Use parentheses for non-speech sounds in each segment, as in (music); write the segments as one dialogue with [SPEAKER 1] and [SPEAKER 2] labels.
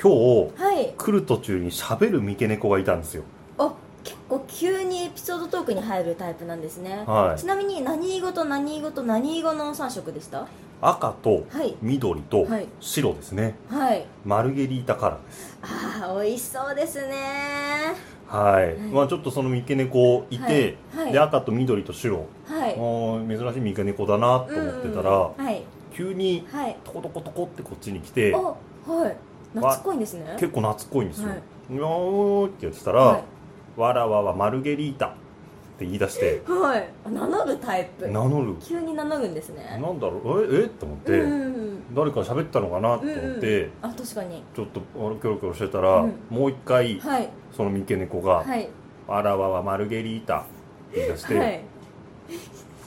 [SPEAKER 1] 今日
[SPEAKER 2] はい
[SPEAKER 1] 来る途中に喋る三毛猫がいたんですよ
[SPEAKER 2] あ結構急にエピソードトークに入るタイプなんですね、
[SPEAKER 1] はい
[SPEAKER 2] ちなみに何語と何語と何語の3色でした
[SPEAKER 1] 赤と
[SPEAKER 2] はい
[SPEAKER 1] 緑と
[SPEAKER 2] はい
[SPEAKER 1] 白ですね、
[SPEAKER 2] はい
[SPEAKER 1] マルゲリータカラーです
[SPEAKER 2] ああ美味しそうですね
[SPEAKER 1] はい、
[SPEAKER 2] い
[SPEAKER 1] まあ、ちょっとその三毛猫いて、
[SPEAKER 2] はいはい
[SPEAKER 1] で赤と緑と白、
[SPEAKER 2] はい
[SPEAKER 1] あー珍しい三毛猫だなと思ってたら、
[SPEAKER 2] うんはい
[SPEAKER 1] 急に
[SPEAKER 2] はい
[SPEAKER 1] トコトコトコってこっちに来て
[SPEAKER 2] おはい懐っこいんですね
[SPEAKER 1] 結構懐っこいんですよ「
[SPEAKER 2] は
[SPEAKER 1] にゃーって言ってたら「
[SPEAKER 2] は
[SPEAKER 1] わらわはマルゲリータ」って言い出して
[SPEAKER 2] い、はい、あ名乗るタイプ
[SPEAKER 1] 名乗る
[SPEAKER 2] 急に名乗るんですね
[SPEAKER 1] なんだろうええと思って、
[SPEAKER 2] うんうんうん
[SPEAKER 1] 誰か喋ったのかなと思って、
[SPEAKER 2] あ確かに
[SPEAKER 1] ちょっとあのキョロキョロしてたら、
[SPEAKER 2] うん
[SPEAKER 1] もう一回
[SPEAKER 2] はい
[SPEAKER 1] その三毛猫が
[SPEAKER 2] はい
[SPEAKER 1] 「わらわはマルゲリータ」って言い出して「
[SPEAKER 2] はい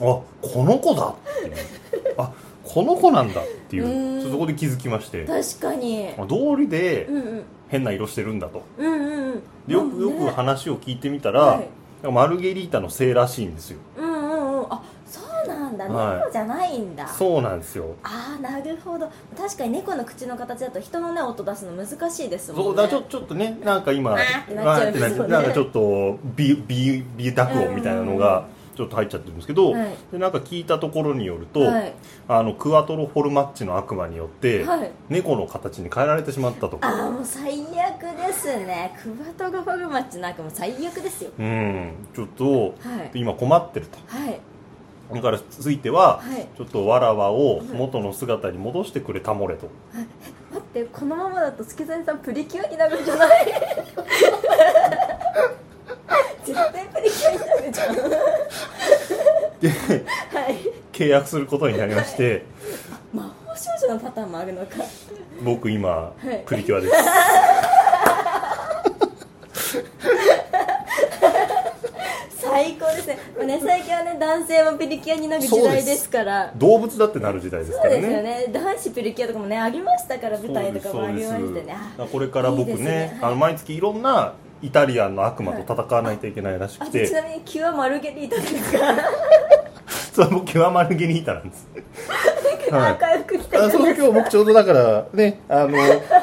[SPEAKER 1] あこの子だ」っていう
[SPEAKER 2] (laughs)
[SPEAKER 1] あこの子なんだっていうう
[SPEAKER 2] ーん
[SPEAKER 1] ちょっとそこで気づきまして
[SPEAKER 2] 確かに
[SPEAKER 1] あ道理で
[SPEAKER 2] うんうん
[SPEAKER 1] 変な色してるんだと
[SPEAKER 2] うんうんうん
[SPEAKER 1] でよくよ
[SPEAKER 2] なん
[SPEAKER 1] く
[SPEAKER 2] ね
[SPEAKER 1] 話を聞いてみたら、
[SPEAKER 2] はい
[SPEAKER 1] マルゲリータのせいらしいんですよ
[SPEAKER 2] うんうんうんあそうなんだ
[SPEAKER 1] はい
[SPEAKER 2] 猫じゃないんだ
[SPEAKER 1] そうなんですよ
[SPEAKER 2] ああなるほど確かに猫の口の形だと人のね音出すの難しいですもんね
[SPEAKER 1] そうだちょちょっとねなんか今
[SPEAKER 2] あーってなっちゃいます
[SPEAKER 1] わ
[SPEAKER 2] よね
[SPEAKER 1] ーってなっちゃうなんかちょっと美美美濁音みたいなのがちょっと入っちゃってるんですけど、
[SPEAKER 2] はい
[SPEAKER 1] でなんか聞いたところによると、
[SPEAKER 2] はい
[SPEAKER 1] あのクアトロフォルマッチの悪魔によって、
[SPEAKER 2] はい
[SPEAKER 1] 猫の形に変えられてしまったと
[SPEAKER 2] あーもう最悪ですねクワトロフォルマッチなんかもう最悪ですよ
[SPEAKER 1] うんちょっと
[SPEAKER 2] はい
[SPEAKER 1] 今困ってると
[SPEAKER 2] はい
[SPEAKER 1] だからついては、
[SPEAKER 2] はい
[SPEAKER 1] ちょっとわらわを元の姿に戻してくれたもれと、
[SPEAKER 2] 待ってこのままだと助谷さんプリキュアになるんじゃない
[SPEAKER 1] (laughs)
[SPEAKER 2] 絶対プリキュアになるじゃんはい
[SPEAKER 1] 契約することになりまして
[SPEAKER 2] 魔法少女のパターンもあるのか
[SPEAKER 1] 僕今、
[SPEAKER 2] い
[SPEAKER 1] プリキュアです
[SPEAKER 2] 最高ですね,、まあね最近はね男性もプリキュアになる時代ですから
[SPEAKER 1] 動物だってなる時代ですか
[SPEAKER 2] そう
[SPEAKER 1] らね
[SPEAKER 2] ですよね男子プリキュアとかもねありましたから舞台とかもあ
[SPEAKER 1] そう
[SPEAKER 2] り
[SPEAKER 1] です
[SPEAKER 2] ま
[SPEAKER 1] そう
[SPEAKER 2] し
[SPEAKER 1] で
[SPEAKER 2] て
[SPEAKER 1] す
[SPEAKER 2] ねあ
[SPEAKER 1] これから僕ね
[SPEAKER 2] いいですね
[SPEAKER 1] あの毎月いろんなイタリアンの悪魔と戦わないといけないらし
[SPEAKER 2] あ
[SPEAKER 1] くて、
[SPEAKER 2] ちなみにキュアマルゲリータですか、
[SPEAKER 1] それは僕はマルゲリータなんですはい
[SPEAKER 2] 赤い服着て
[SPEAKER 1] あそう今日僕ちょうどだからねあの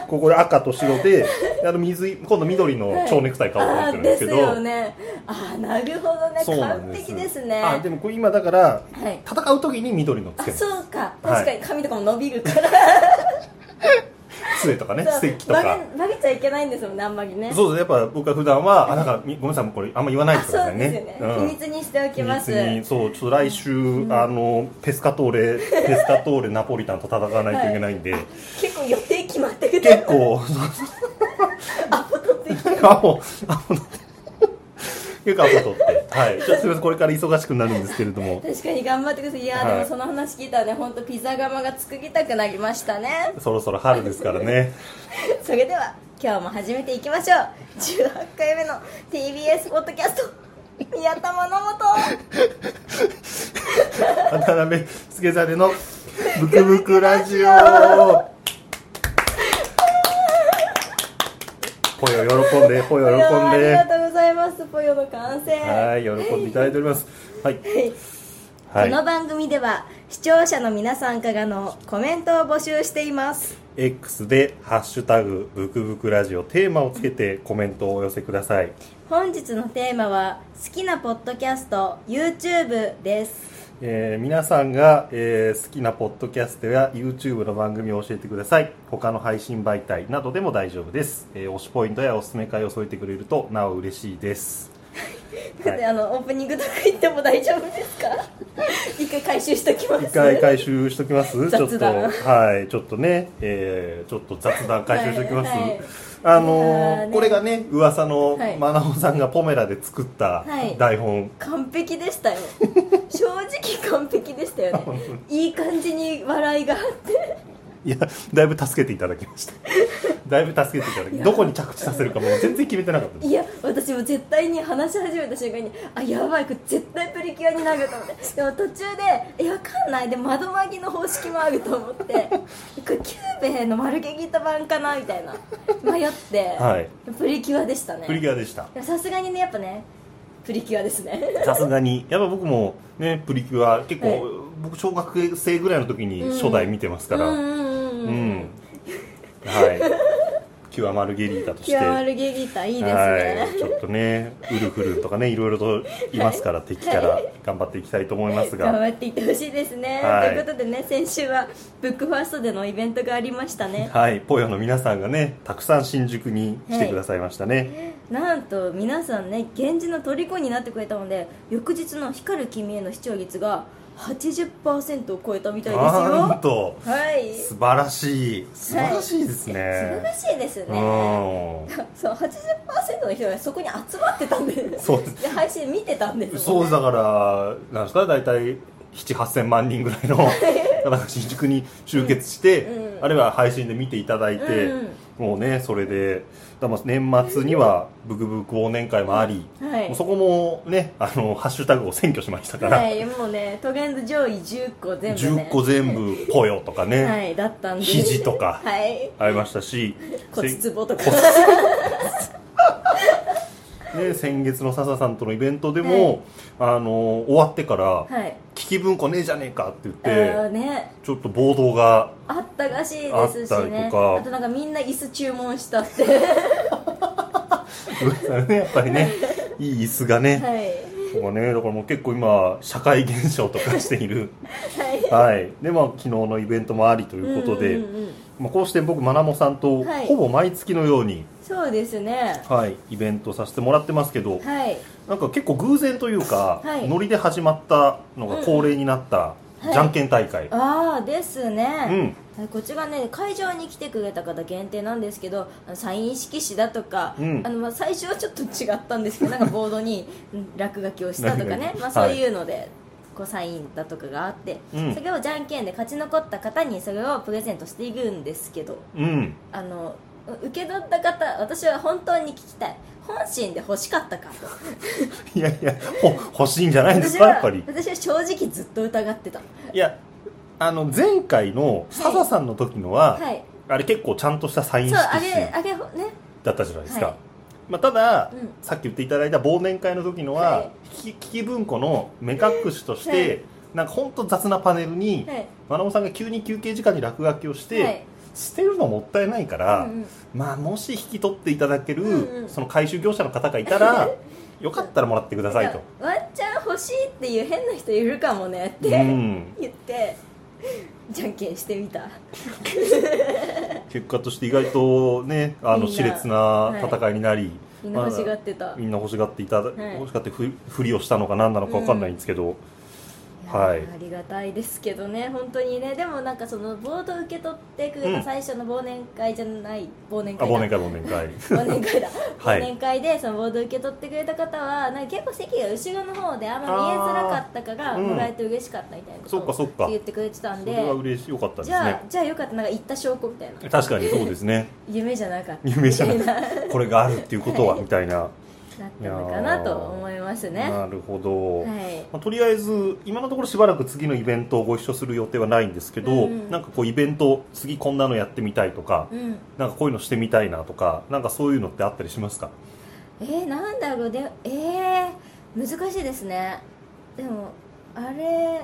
[SPEAKER 1] ここで赤と白であの水い今度緑の蝶ネクタイ買おうと思ってるんですけど、
[SPEAKER 2] あですよねあなるほどね
[SPEAKER 1] そうなん
[SPEAKER 2] 完
[SPEAKER 1] です
[SPEAKER 2] 璧ですね
[SPEAKER 1] あでもこれ今だから
[SPEAKER 2] はい
[SPEAKER 1] 戦う時に緑のつ
[SPEAKER 2] あ
[SPEAKER 1] け
[SPEAKER 2] そうか
[SPEAKER 1] はい
[SPEAKER 2] 確かに髪とかも伸びるから、
[SPEAKER 1] 杖とかね
[SPEAKER 2] そう
[SPEAKER 1] ステッキとか
[SPEAKER 2] 曲げ曲げちゃいけないんですもんねあんまりね
[SPEAKER 1] そうですねやっぱ僕は普段はあなんかみごめんなさいこれあんま言わないで
[SPEAKER 2] あ
[SPEAKER 1] く
[SPEAKER 2] そ
[SPEAKER 1] ださ
[SPEAKER 2] う
[SPEAKER 1] い
[SPEAKER 2] で
[SPEAKER 1] ね
[SPEAKER 2] すよね、
[SPEAKER 1] うん
[SPEAKER 2] 秘密にしておきます
[SPEAKER 1] 秘密にそうちょっと来週、あのペスカトーレペスカトーレナポリタンと戦わないといけないんで、
[SPEAKER 2] 結構予定決まってる
[SPEAKER 1] 結構そう
[SPEAKER 2] アポ取ってきて
[SPEAKER 1] あもうあもう結構アポ取ってはいちょっとすみませんこれから忙しくなるんですけれども
[SPEAKER 2] 確かに頑張ってくださいいやー、
[SPEAKER 1] はい
[SPEAKER 2] でもその話聞いたらね本当ピザ窯が作りたくなりましたね (laughs)
[SPEAKER 1] そろそろ春ですからね
[SPEAKER 2] それでは今日も始めていきましょう18回目の TBS ポッドキャスト宮田物本
[SPEAKER 1] 渡辺助さんのブクブクラジオぽよ喜んでぽよ喜ん
[SPEAKER 2] あり
[SPEAKER 1] で
[SPEAKER 2] がとうございますぽよの完成
[SPEAKER 1] はい喜んでいただいておりますはいは
[SPEAKER 2] こ
[SPEAKER 1] い
[SPEAKER 2] の番組では視聴者の皆さんからのコメントを募集しています
[SPEAKER 1] X で「ハッシュタグブクブクラジオ」テーマをつけてコメントをお寄せください
[SPEAKER 2] 本日のテーマは好きなポッドキャスト YouTube です
[SPEAKER 1] えー皆さんが、えー好きなポッドキャストや YouTube の番組を教えてください他の配信媒体などでも大丈夫です、えー推しポイントやおすすめ会を添えてくれるとなお嬉しいですはい
[SPEAKER 2] であのオープニングとか言っても大丈夫です
[SPEAKER 1] (laughs)
[SPEAKER 2] か一回回収しときます
[SPEAKER 1] 一回回収しときますちょっ
[SPEAKER 2] (laughs) 雑
[SPEAKER 1] と
[SPEAKER 2] 談
[SPEAKER 1] はいちょっとね、えーちょっと雑談回収しときます、
[SPEAKER 2] はいはい
[SPEAKER 1] あの
[SPEAKER 2] いや
[SPEAKER 1] ー
[SPEAKER 2] ーね
[SPEAKER 1] これがね噂の
[SPEAKER 2] はい
[SPEAKER 1] マナオさんがポメラで作った
[SPEAKER 2] はい
[SPEAKER 1] 台本、
[SPEAKER 2] 完璧でしたよ
[SPEAKER 1] (laughs)
[SPEAKER 2] 正直完璧でしたよねいい感じに笑いがあって
[SPEAKER 1] いやだいぶ助けていただきました
[SPEAKER 2] (laughs)
[SPEAKER 1] だいぶ助けていただきどこに着地させるかもう全然決めてなかったです
[SPEAKER 2] いや私も絶対に話し始めた瞬間にあやばいこれ絶対プリキュアになると思ってでも途中でえわかんないで窓紛ぎの方式もあると思
[SPEAKER 1] (laughs)
[SPEAKER 2] ってこれキューベのマルゲギータ版かなみたいな迷って、
[SPEAKER 1] はい
[SPEAKER 2] プリキュアでしたね
[SPEAKER 1] プリキュアでした
[SPEAKER 2] でもさすがにねやっぱねプリキュアですね
[SPEAKER 1] さすがにやっぱ僕もねプリキュア結構、
[SPEAKER 2] はい
[SPEAKER 1] 僕小学生ぐらいの時に初代見てますから
[SPEAKER 2] うんうんうんうん、
[SPEAKER 1] うんはいキュアマルゲリータとして
[SPEAKER 2] キュアマルゲリータいいです
[SPEAKER 1] は
[SPEAKER 2] ね
[SPEAKER 1] い、ちょっとねウルフルンとかねいろいろといますから、敵から頑張っていきたいと思います
[SPEAKER 2] 頑
[SPEAKER 1] が
[SPEAKER 2] 張っていってほしいですね、
[SPEAKER 1] はい
[SPEAKER 2] ということでね先週はブックファーストでのイベントがありましたね
[SPEAKER 1] はいポヨの皆さんがねたくさん新宿に来てくださいましたね、
[SPEAKER 2] なんと皆さんね源氏の虜になってくれたので翌日の光る君への視聴率が80%を超えたみたいですよ
[SPEAKER 1] な
[SPEAKER 2] は
[SPEAKER 1] んと
[SPEAKER 2] い
[SPEAKER 1] 素晴らしい素晴らしいですね、
[SPEAKER 2] 素晴らしいです
[SPEAKER 1] う
[SPEAKER 2] ね
[SPEAKER 1] ん
[SPEAKER 2] そう80%の人がそこに集まってたんで
[SPEAKER 1] そうです
[SPEAKER 2] で配信見てたんです
[SPEAKER 1] そ
[SPEAKER 2] もんね
[SPEAKER 1] うだから、なんですか、大体7、8000万人ぐらい
[SPEAKER 2] (laughs)
[SPEAKER 1] の方が新宿に集結して、
[SPEAKER 2] うんうん
[SPEAKER 1] あるいは配信で見ていただいて、
[SPEAKER 2] うん
[SPEAKER 1] もうね、それで、だから年末にはブクブク忘年会もあり、
[SPEAKER 2] はい
[SPEAKER 1] もうそこもね、あのハッシュタグを占拠しましたから、
[SPEAKER 2] はいもうねトレンド上位10個全部、ね、
[SPEAKER 1] 10個全部、ぽよとかね、
[SPEAKER 2] はいだったんで
[SPEAKER 1] 肘とか
[SPEAKER 2] はい
[SPEAKER 1] ありましたし、
[SPEAKER 2] 骨つぼとか
[SPEAKER 1] (laughs) で先月の笹さんとのイベントでも、あの終わってから、
[SPEAKER 2] はい
[SPEAKER 1] 聞き文庫ねえじゃねえかって言っ
[SPEAKER 2] あ
[SPEAKER 1] て、
[SPEAKER 2] ーね
[SPEAKER 1] ちょっと暴動が。 (laughs)
[SPEAKER 2] あったらしいですし
[SPEAKER 1] あった
[SPEAKER 2] ね
[SPEAKER 1] りとか
[SPEAKER 2] あとなんかみんな椅子注文したって
[SPEAKER 1] (laughs)
[SPEAKER 2] は
[SPEAKER 1] ごめんなさいねやっぱり
[SPEAKER 2] (laughs)
[SPEAKER 1] ねいい椅子がね、
[SPEAKER 2] いはい
[SPEAKER 1] ここがねだからもう結構今社会現象とかしているはいでまあ昨日のイベントもありということで、
[SPEAKER 2] うんうんうん
[SPEAKER 1] まあ、こうして僕まなもさんと
[SPEAKER 2] はい
[SPEAKER 1] ほぼ毎月のように、
[SPEAKER 2] そうですね
[SPEAKER 1] はい、イベントさせてもらってますけど、
[SPEAKER 2] はい
[SPEAKER 1] なんか結構偶然というか、
[SPEAKER 2] はい
[SPEAKER 1] ノリで始まったのが恒例になった、
[SPEAKER 2] うんはい
[SPEAKER 1] じゃんけん大会、
[SPEAKER 2] ああですね、
[SPEAKER 1] うん
[SPEAKER 2] はいこっちがね会場に来てくれた方限定なんですけどあのサイン色紙だとか、
[SPEAKER 1] うん
[SPEAKER 2] あのまあ最初はちょっと違ったんで
[SPEAKER 1] (laughs)
[SPEAKER 2] すけどなんかボードにうん落書きをしたとかね、まあ、そういうので。こうサインだとかがあって、
[SPEAKER 1] うん
[SPEAKER 2] それをじゃんけんで勝ち残った方にそれをプレゼントしていくんですけど
[SPEAKER 1] うん
[SPEAKER 2] あのう受け取った方私は本当に聞きたい本心で欲しかったかと
[SPEAKER 1] いやいやほ欲しいんじゃないです
[SPEAKER 2] 私
[SPEAKER 1] か
[SPEAKER 2] は
[SPEAKER 1] やっぱり
[SPEAKER 2] 私は正直ずっと疑ってた
[SPEAKER 1] いやあの前回の笹さんの時のは、
[SPEAKER 2] はい
[SPEAKER 1] あれ結構ちゃんとしたサイン
[SPEAKER 2] そう
[SPEAKER 1] 色
[SPEAKER 2] あ
[SPEAKER 1] 紙
[SPEAKER 2] れあれほね
[SPEAKER 1] だったじゃないですか、
[SPEAKER 2] はい
[SPEAKER 1] まあ、ただ、
[SPEAKER 2] うん
[SPEAKER 1] さっき言っていただいた忘年会の時のは、
[SPEAKER 2] はい
[SPEAKER 1] 聞き聞き文庫の目隠しとして、
[SPEAKER 2] はい
[SPEAKER 1] なんか本当雑なパネルに、
[SPEAKER 2] はい
[SPEAKER 1] まなもさんが急に休憩時間に落書きをして、
[SPEAKER 2] はい
[SPEAKER 1] 捨てるのもったいないから、
[SPEAKER 2] うんうん
[SPEAKER 1] まあ、もし引き取っていただける、
[SPEAKER 2] うんうん
[SPEAKER 1] その回収業者の方がいた
[SPEAKER 2] (laughs)
[SPEAKER 1] らよかったらもらってくださいと、
[SPEAKER 2] ワンチャン欲しいっていう変な人いるかもねって
[SPEAKER 1] うん、
[SPEAKER 2] 言ってじゃんけんしてみた
[SPEAKER 1] 結果として意外とねあの
[SPEAKER 2] みん
[SPEAKER 1] 熾
[SPEAKER 2] な
[SPEAKER 1] 烈な戦いになり、
[SPEAKER 2] みんな欲しがってた、
[SPEAKER 1] みんな欲しがっていただ、
[SPEAKER 2] はい
[SPEAKER 1] 欲しがってふふりをしたのか何なのか分かんないんですけど、
[SPEAKER 2] いや
[SPEAKER 1] はい
[SPEAKER 2] ありがたいですけどね本当にねでもなんかそのボード受け取ってくれ
[SPEAKER 1] うん
[SPEAKER 2] た最初の忘年会じゃない忘年
[SPEAKER 1] あ
[SPEAKER 2] 会だ
[SPEAKER 1] 忘年会忘年会
[SPEAKER 2] 忘年会だ、
[SPEAKER 1] (laughs) はい
[SPEAKER 2] 忘年会でそのボード受け取ってくれた方はなんか結構席が後ろの方であんま見えづらかったから
[SPEAKER 1] あーうん
[SPEAKER 2] もらえて嬉しかったみたいなこと
[SPEAKER 1] そっかそっか
[SPEAKER 2] 言ってくれてたん
[SPEAKER 1] そ
[SPEAKER 2] で
[SPEAKER 1] れは嬉しいよかったで
[SPEAKER 2] じ
[SPEAKER 1] す
[SPEAKER 2] ゃあ
[SPEAKER 1] ね
[SPEAKER 2] じゃあよかったなんか行った証拠みたいな
[SPEAKER 1] 確かにそうですね
[SPEAKER 2] 夢じゃなかった
[SPEAKER 1] 夢じゃない
[SPEAKER 2] みた (laughs) いな
[SPEAKER 1] これがあるっていうことはみたいな
[SPEAKER 2] なったのかなと思いますね
[SPEAKER 1] なるほど、
[SPEAKER 2] はい
[SPEAKER 1] まあとりあえず今のところしばらく次のイベントをご一緒する予定はないんですけど、
[SPEAKER 2] うんうん
[SPEAKER 1] なんかこうイベント次こんなのやってみたいとか、
[SPEAKER 2] うん
[SPEAKER 1] なんかこういうのしてみたいなとかなんかそういうのってあったりしますか
[SPEAKER 2] えー、なんだろうでえー、難しいですねでもあれ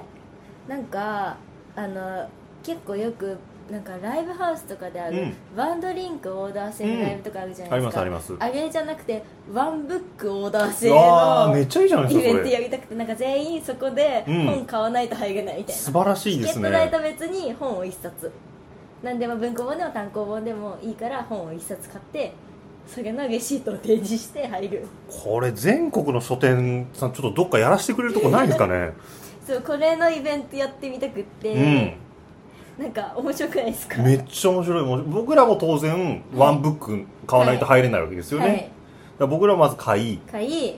[SPEAKER 2] なんかあの結構よくなんかライブハウスとかである、
[SPEAKER 1] うん
[SPEAKER 2] ワンドリンクオーダー制のライブとかあるじゃないですか、
[SPEAKER 1] うんありますありま
[SPEAKER 2] あれじゃなくてワンブックオーダー制
[SPEAKER 1] あーめっ
[SPEAKER 2] の
[SPEAKER 1] ちゃいいじゃないです
[SPEAKER 2] イ
[SPEAKER 1] か
[SPEAKER 2] ベン
[SPEAKER 1] そ
[SPEAKER 2] ト
[SPEAKER 1] れ
[SPEAKER 2] やりたくてなんか全員そこで
[SPEAKER 1] うん
[SPEAKER 2] 本買わないと入れないみたいな、
[SPEAKER 1] 素晴らしい
[SPEAKER 2] チ
[SPEAKER 1] で
[SPEAKER 2] ケッ
[SPEAKER 1] す
[SPEAKER 2] ト代
[SPEAKER 1] ね
[SPEAKER 2] と別に本を1冊何でも文庫本でも単行本でもいいから本を1冊買ってそれのレシートを提示して入る
[SPEAKER 1] これ全国の書店さんちょっとどっかやらせてくれるとこないですかね
[SPEAKER 2] そうこれのイベントやってみたく
[SPEAKER 1] う
[SPEAKER 2] って
[SPEAKER 1] ん、
[SPEAKER 2] なんか面白くないですか
[SPEAKER 1] めっちゃ面白い面白い僕らも当然ワンブック買わないと入れないわけですよね、
[SPEAKER 2] は
[SPEAKER 1] だか
[SPEAKER 2] い
[SPEAKER 1] ら僕らはまず買い
[SPEAKER 2] かい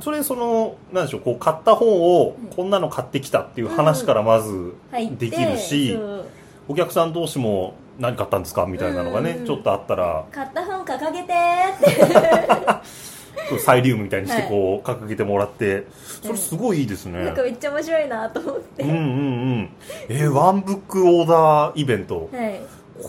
[SPEAKER 1] それそのなんでしょうこう買った本を
[SPEAKER 2] ん
[SPEAKER 1] こんなの買ってきたっていう話からまず
[SPEAKER 2] 入って
[SPEAKER 1] できるし、
[SPEAKER 2] そう
[SPEAKER 1] お客さん同士も何買ったんですかみたいなのがね、
[SPEAKER 2] うん
[SPEAKER 1] ちょっとあったら
[SPEAKER 2] 買った本掲げてーって
[SPEAKER 1] サイリウムみたいにして
[SPEAKER 2] はい
[SPEAKER 1] こう掲げてもらって、それすごいいいですね、
[SPEAKER 2] なんかめっちゃ面白いなと思って、
[SPEAKER 1] うんうんうんえーワンブックオーダーイベント
[SPEAKER 2] はい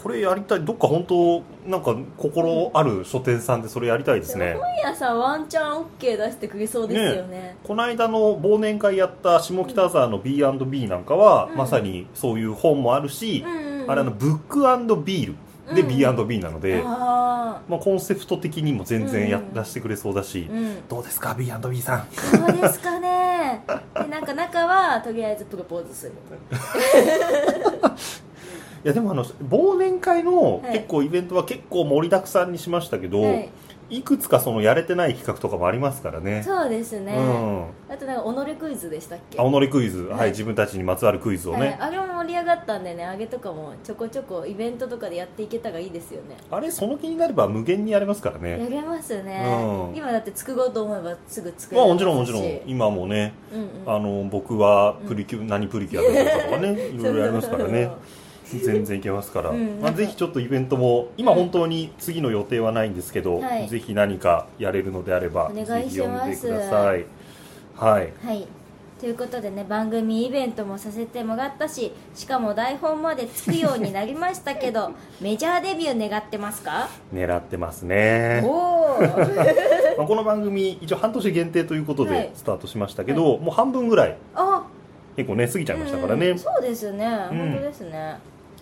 [SPEAKER 1] これやりたいどっか本当なんか心ある書店さんでそれやりたいですね、
[SPEAKER 2] でも本屋さんワンチャン OK 出してくれそうですよね
[SPEAKER 1] この間の忘年会やった下北沢の B&B なんかは、
[SPEAKER 2] うん
[SPEAKER 1] まさにそういう本もあるし
[SPEAKER 2] う、んうんうん
[SPEAKER 1] あれあのブックビールで
[SPEAKER 2] うん
[SPEAKER 1] B&B なので、
[SPEAKER 2] あ
[SPEAKER 1] まあ、コンセプト的にも全然や、
[SPEAKER 2] うん
[SPEAKER 1] 出してくれそうだし、
[SPEAKER 2] うん
[SPEAKER 1] どうですか B&B さん
[SPEAKER 2] どうですかねでなんか中はとりあえずプロポーズする
[SPEAKER 1] いやでもあの忘年会の
[SPEAKER 2] はい
[SPEAKER 1] 結構イベントは結構盛りだくさんにしましたけど、
[SPEAKER 2] はいい、
[SPEAKER 1] くつかそのやれてない企画とかもありますからね
[SPEAKER 2] そうですね、
[SPEAKER 1] うん
[SPEAKER 2] あとなんか己クイズでしたっけ
[SPEAKER 1] 青のりクイズ、はい
[SPEAKER 2] はい
[SPEAKER 1] 自分たちにまつわるクイズを
[SPEAKER 2] はい
[SPEAKER 1] ね、
[SPEAKER 2] あれも盛り上がったんでねあげとかもちょこちょこイベントとかでやっていけたらいいですよね
[SPEAKER 1] あれその気になれば無限にやれますから
[SPEAKER 2] や
[SPEAKER 1] ね、
[SPEAKER 2] れますね、
[SPEAKER 1] うん
[SPEAKER 2] 今だって作ろうと思えばすぐ作れ
[SPEAKER 1] まあ
[SPEAKER 2] る
[SPEAKER 1] もちろんもちろん
[SPEAKER 2] し
[SPEAKER 1] 今もね、
[SPEAKER 2] うんうん
[SPEAKER 1] あの僕はプリキュ、何プリキュアだったとか
[SPEAKER 2] (laughs)
[SPEAKER 1] ねいろいろやりますからね
[SPEAKER 2] そう
[SPEAKER 1] 全然いけますから、
[SPEAKER 2] うん
[SPEAKER 1] まあ、ぜひちょっとイベントも今本当に次の予定はないんですけど、
[SPEAKER 2] はい
[SPEAKER 1] ぜひ何かやれるのであれば
[SPEAKER 2] お願いしま
[SPEAKER 1] ぜ
[SPEAKER 2] す
[SPEAKER 1] ひ呼んでくださいはい
[SPEAKER 2] はいということでね番組イベントもさせてもらったししかも台本までつくようになりました
[SPEAKER 1] (laughs)
[SPEAKER 2] けどメジャーデビュー願ってますか
[SPEAKER 1] 狙ってますね、
[SPEAKER 2] おお
[SPEAKER 1] まあ、この番組一応半年限定ということ
[SPEAKER 2] は
[SPEAKER 1] で
[SPEAKER 2] い
[SPEAKER 1] スタートしましたけど、もう半分ぐらい
[SPEAKER 2] あ
[SPEAKER 1] 結構ね過ぎちゃいましたからね、
[SPEAKER 2] うんそうですね、
[SPEAKER 1] うん
[SPEAKER 2] 本当ですね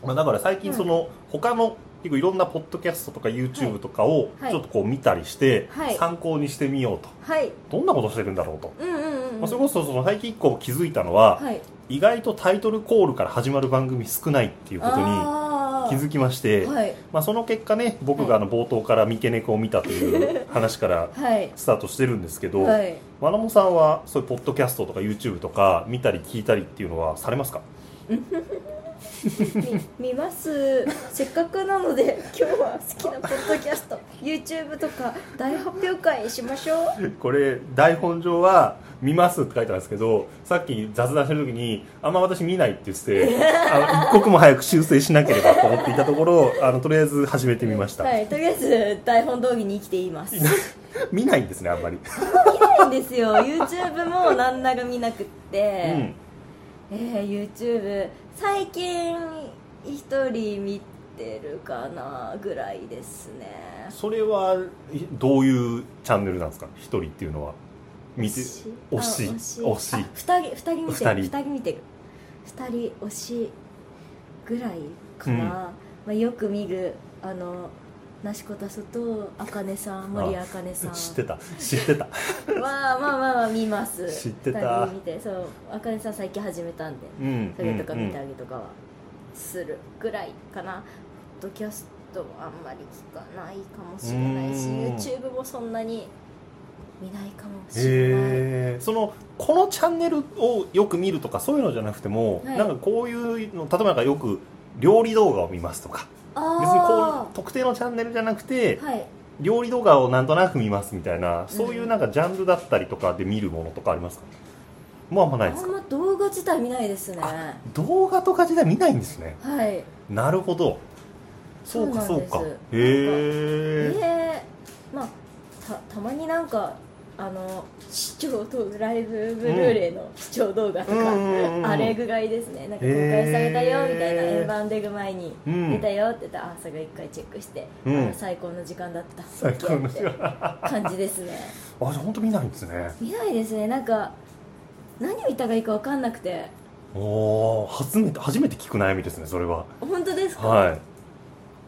[SPEAKER 1] まあ、だから最近その他の結構いろんなポッドキャストとか YouTube とかを
[SPEAKER 2] はい
[SPEAKER 1] ちょっとこう見たりして
[SPEAKER 2] はい
[SPEAKER 1] 参考にしてみようと
[SPEAKER 2] はい
[SPEAKER 1] どんなことしてるんだろうと、
[SPEAKER 2] うんうんうん
[SPEAKER 1] まあ、それこそその最近一個気づいたのは、
[SPEAKER 2] はい
[SPEAKER 1] 意外とタイトルコールから始まる番組少ないっていうことに
[SPEAKER 2] あ
[SPEAKER 1] 気づきまして、
[SPEAKER 2] はい
[SPEAKER 1] まあ、その結果ね僕があの冒頭から三毛猫を見たという話から
[SPEAKER 2] はい
[SPEAKER 1] スタートしてるんですけど、
[SPEAKER 2] はい
[SPEAKER 1] まなもさんはそういうポッドキャストとか YouTube とか見たり聞いたりっていうのはされますか
[SPEAKER 2] み (laughs) 見ますせっかくなので今日は好きなポッドキャスト YouTube とか大発表会しましょう
[SPEAKER 1] これ台本上は「見ます」って書いてあるんですけどさっき雑談してる時に「あんま私見ない」って言って (laughs) てあの一刻も早く修正しなければと思っていたところあのとりあえず始めてみました、
[SPEAKER 2] はいとりあえず台本通りに生きています
[SPEAKER 1] 見ないんですねあんまり、
[SPEAKER 2] ないんですよ YouTube も何なら見なくって、
[SPEAKER 1] うん
[SPEAKER 2] えー YouTube 最近一人見てるかなぐらいですね
[SPEAKER 1] それはいどういうチャンネルなんですか一人っていうのは見て推し推
[SPEAKER 2] 推
[SPEAKER 1] し
[SPEAKER 2] しあ二人二人見て
[SPEAKER 1] 二
[SPEAKER 2] る二
[SPEAKER 1] 人
[SPEAKER 2] 人見てる二人推しぐらいかな、
[SPEAKER 1] うん
[SPEAKER 2] まあ、よく見るあのなしこたそとあかねさん森あかねさん
[SPEAKER 1] (laughs) 知ってた知 (laughs) ってた
[SPEAKER 2] まあまあまあまあ見ます
[SPEAKER 1] 知ってた
[SPEAKER 2] 二人見てそうあかねさん最近始めたんで
[SPEAKER 1] うん
[SPEAKER 2] それとか見た
[SPEAKER 1] うん
[SPEAKER 2] りとかはするぐらいかな、ポッドキャストもあんまり聞かないかもしれないし
[SPEAKER 1] うーん
[SPEAKER 2] YouTube もそんなに見ないかもしれない
[SPEAKER 1] へえそのこのチャンネルをよく見るとかそういうのじゃなくても、
[SPEAKER 2] はい
[SPEAKER 1] なんかこういうの例えばなんかよく料理動画を見ますとか別にこ
[SPEAKER 2] あ
[SPEAKER 1] う特定のチャンネルじゃなくて、
[SPEAKER 2] あはい
[SPEAKER 1] 料理動画をなんとなく見ますみたいなそういううんなんかジャンルだったりとかで見るものとかありますか、もうあんまないで
[SPEAKER 2] あ
[SPEAKER 1] す
[SPEAKER 2] ん
[SPEAKER 1] か
[SPEAKER 2] ま動画自体見ないですねは
[SPEAKER 1] 動画とか自体見ないんですね
[SPEAKER 2] い
[SPEAKER 1] なるほどそうか
[SPEAKER 2] そ
[SPEAKER 1] そうう
[SPEAKER 2] なんです
[SPEAKER 1] か
[SPEAKER 2] なんか
[SPEAKER 1] へえ
[SPEAKER 2] でまあたたまになんかあの視聴とライブブルーレイの視聴動画とか、
[SPEAKER 1] うんうんうんうん
[SPEAKER 2] あれぐらいですねなんか公開されたよみたいな、
[SPEAKER 1] へー
[SPEAKER 2] 円盤出る前に
[SPEAKER 1] う
[SPEAKER 2] 出
[SPEAKER 1] ん
[SPEAKER 2] たよって言ったら、あそれ一回チェックして、
[SPEAKER 1] うん
[SPEAKER 2] あ最高の時間だった
[SPEAKER 1] 最高の人あ
[SPEAKER 2] 感じですね
[SPEAKER 1] じゃあ本当見ないんですね
[SPEAKER 2] 見ないですねなんか何を言ったらいいか分かんなくて
[SPEAKER 1] おお初めて初めて聞く悩みですねそれは
[SPEAKER 2] 本当ですか
[SPEAKER 1] はい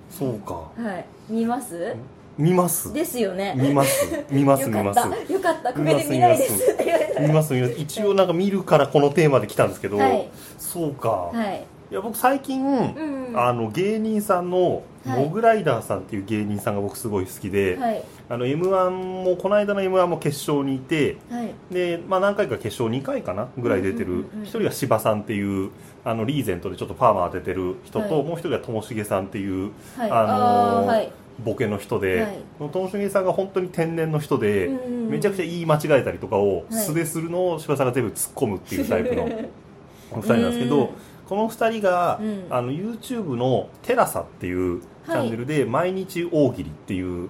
[SPEAKER 1] そうか
[SPEAKER 2] い、はい、見ます
[SPEAKER 1] 見ます
[SPEAKER 2] ですよね
[SPEAKER 1] 見ます
[SPEAKER 2] (laughs)
[SPEAKER 1] 見ます
[SPEAKER 2] よ
[SPEAKER 1] 見
[SPEAKER 2] か
[SPEAKER 1] ま
[SPEAKER 2] っ
[SPEAKER 1] す
[SPEAKER 2] たよかったこ
[SPEAKER 1] 見
[SPEAKER 2] れ
[SPEAKER 1] ま
[SPEAKER 2] です見ないですって言われた
[SPEAKER 1] 見ます見ます一応なんか見るからこのテーマで来たんですけど、
[SPEAKER 2] (laughs) はい
[SPEAKER 1] そうか、
[SPEAKER 2] はい
[SPEAKER 1] い、や僕最近、
[SPEAKER 2] うんうん
[SPEAKER 1] あの芸人さんの
[SPEAKER 2] はい
[SPEAKER 1] モグライダーさんっていう芸人さんが僕すごい好きで、
[SPEAKER 2] はい
[SPEAKER 1] あの m 1もこの間の m 1も決勝にいて
[SPEAKER 2] はい
[SPEAKER 1] で、まあ、何回か決勝2回かなぐらい出て
[SPEAKER 2] うん
[SPEAKER 1] る
[SPEAKER 2] うんうんうん
[SPEAKER 1] 一人が芝さんっていうあのリーゼントでちょっとパーマ当ててる人と、
[SPEAKER 2] はい
[SPEAKER 1] もう一人がともしげさんっていう
[SPEAKER 2] は
[SPEAKER 1] あ
[SPEAKER 2] い、
[SPEAKER 1] のー
[SPEAKER 2] あーはい
[SPEAKER 1] ボケの人で、
[SPEAKER 2] はい
[SPEAKER 1] そのともしげさんが本当に天然の人で、
[SPEAKER 2] うんうんうん
[SPEAKER 1] めちゃくちゃ言い間違えたりとかを
[SPEAKER 2] はい
[SPEAKER 1] 素でするのを芝さんが全部突っ込むっていうタイプ
[SPEAKER 2] (laughs)
[SPEAKER 1] のお二人なんですけど
[SPEAKER 2] うん
[SPEAKER 1] この二人が、
[SPEAKER 2] うん
[SPEAKER 1] あの YouTube の「テラサ」っていうチャンネルで「毎日大喜利」っていう、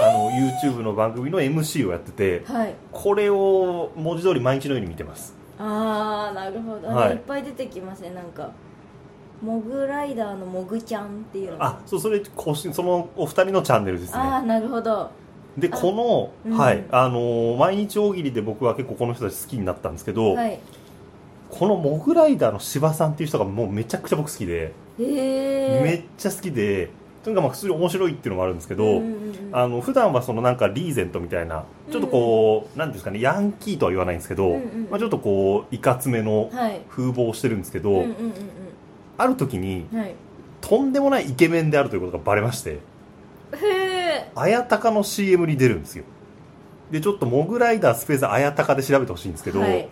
[SPEAKER 1] あの YouTube の番組の MC をやってて
[SPEAKER 2] はい
[SPEAKER 1] これを文字通り毎日のように見てます
[SPEAKER 2] ああなるほど、
[SPEAKER 1] はい
[SPEAKER 2] い、っぱい出てきますねなんかモグライダーのモグちゃんっていうの
[SPEAKER 1] あそうそれ更新そのお二人のチャンネルですね
[SPEAKER 2] あーなるほど
[SPEAKER 1] で
[SPEAKER 2] あ
[SPEAKER 1] この、
[SPEAKER 2] うん
[SPEAKER 1] はいあのー毎日大喜利で僕は結構この人たち好きになったんですけど、
[SPEAKER 2] はい
[SPEAKER 1] このモグライダーの芝さんっていう人がもうめちゃくちゃ僕好きで、
[SPEAKER 2] ええー、
[SPEAKER 1] めっちゃ好きでというかまあ普通に面白いっていうのもあるんですけど、
[SPEAKER 2] うんうんうん
[SPEAKER 1] あの普段はそのなんかリーゼントみたいなちょっとこう、なんていうんですかねヤンキーとは言わないんですけど、
[SPEAKER 2] うんうん
[SPEAKER 1] まあ、ちょっとこういかつめの
[SPEAKER 2] はい
[SPEAKER 1] 風貌をしてるんですけど、
[SPEAKER 2] うんうんうん
[SPEAKER 1] ある時に
[SPEAKER 2] うんはい
[SPEAKER 1] とんでもないイケメンであるということがバレまして
[SPEAKER 2] へえ
[SPEAKER 1] 綾鷹の CM に出るんですよでちょっとモグライダースペース綾鷹で調べてほしいんですけど、
[SPEAKER 2] はい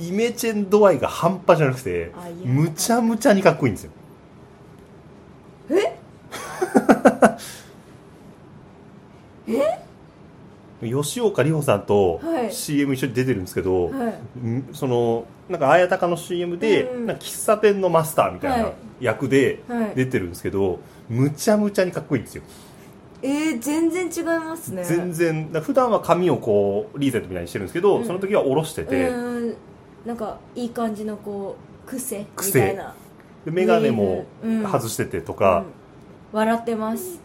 [SPEAKER 1] イメチェン度合いが半端じゃなくて
[SPEAKER 2] あいや
[SPEAKER 1] むちゃむちゃにかっこいいんですよ
[SPEAKER 2] え
[SPEAKER 1] (laughs) 吉岡里帆さんと
[SPEAKER 2] はい
[SPEAKER 1] CM 一緒に出てるんですけど、
[SPEAKER 2] はい
[SPEAKER 1] んそのなんか綾鷹の CM で、
[SPEAKER 2] うん
[SPEAKER 1] なんか喫茶店のマスターみたい
[SPEAKER 2] は
[SPEAKER 1] ない役で
[SPEAKER 2] はい
[SPEAKER 1] 出てるんですけど、むちゃむちゃにかっこいいんですよ、
[SPEAKER 2] えー、全然違いますね
[SPEAKER 1] 全然だから普段は髪をこうリーゼントみたいにしてるんですけど、
[SPEAKER 2] うん
[SPEAKER 1] その時は下ろしてて、
[SPEAKER 2] うーんなんかいい感じのこう癖みたいな
[SPEAKER 1] で眼鏡も
[SPEAKER 2] うん
[SPEAKER 1] 外しててとか、
[SPEAKER 2] うん笑ってます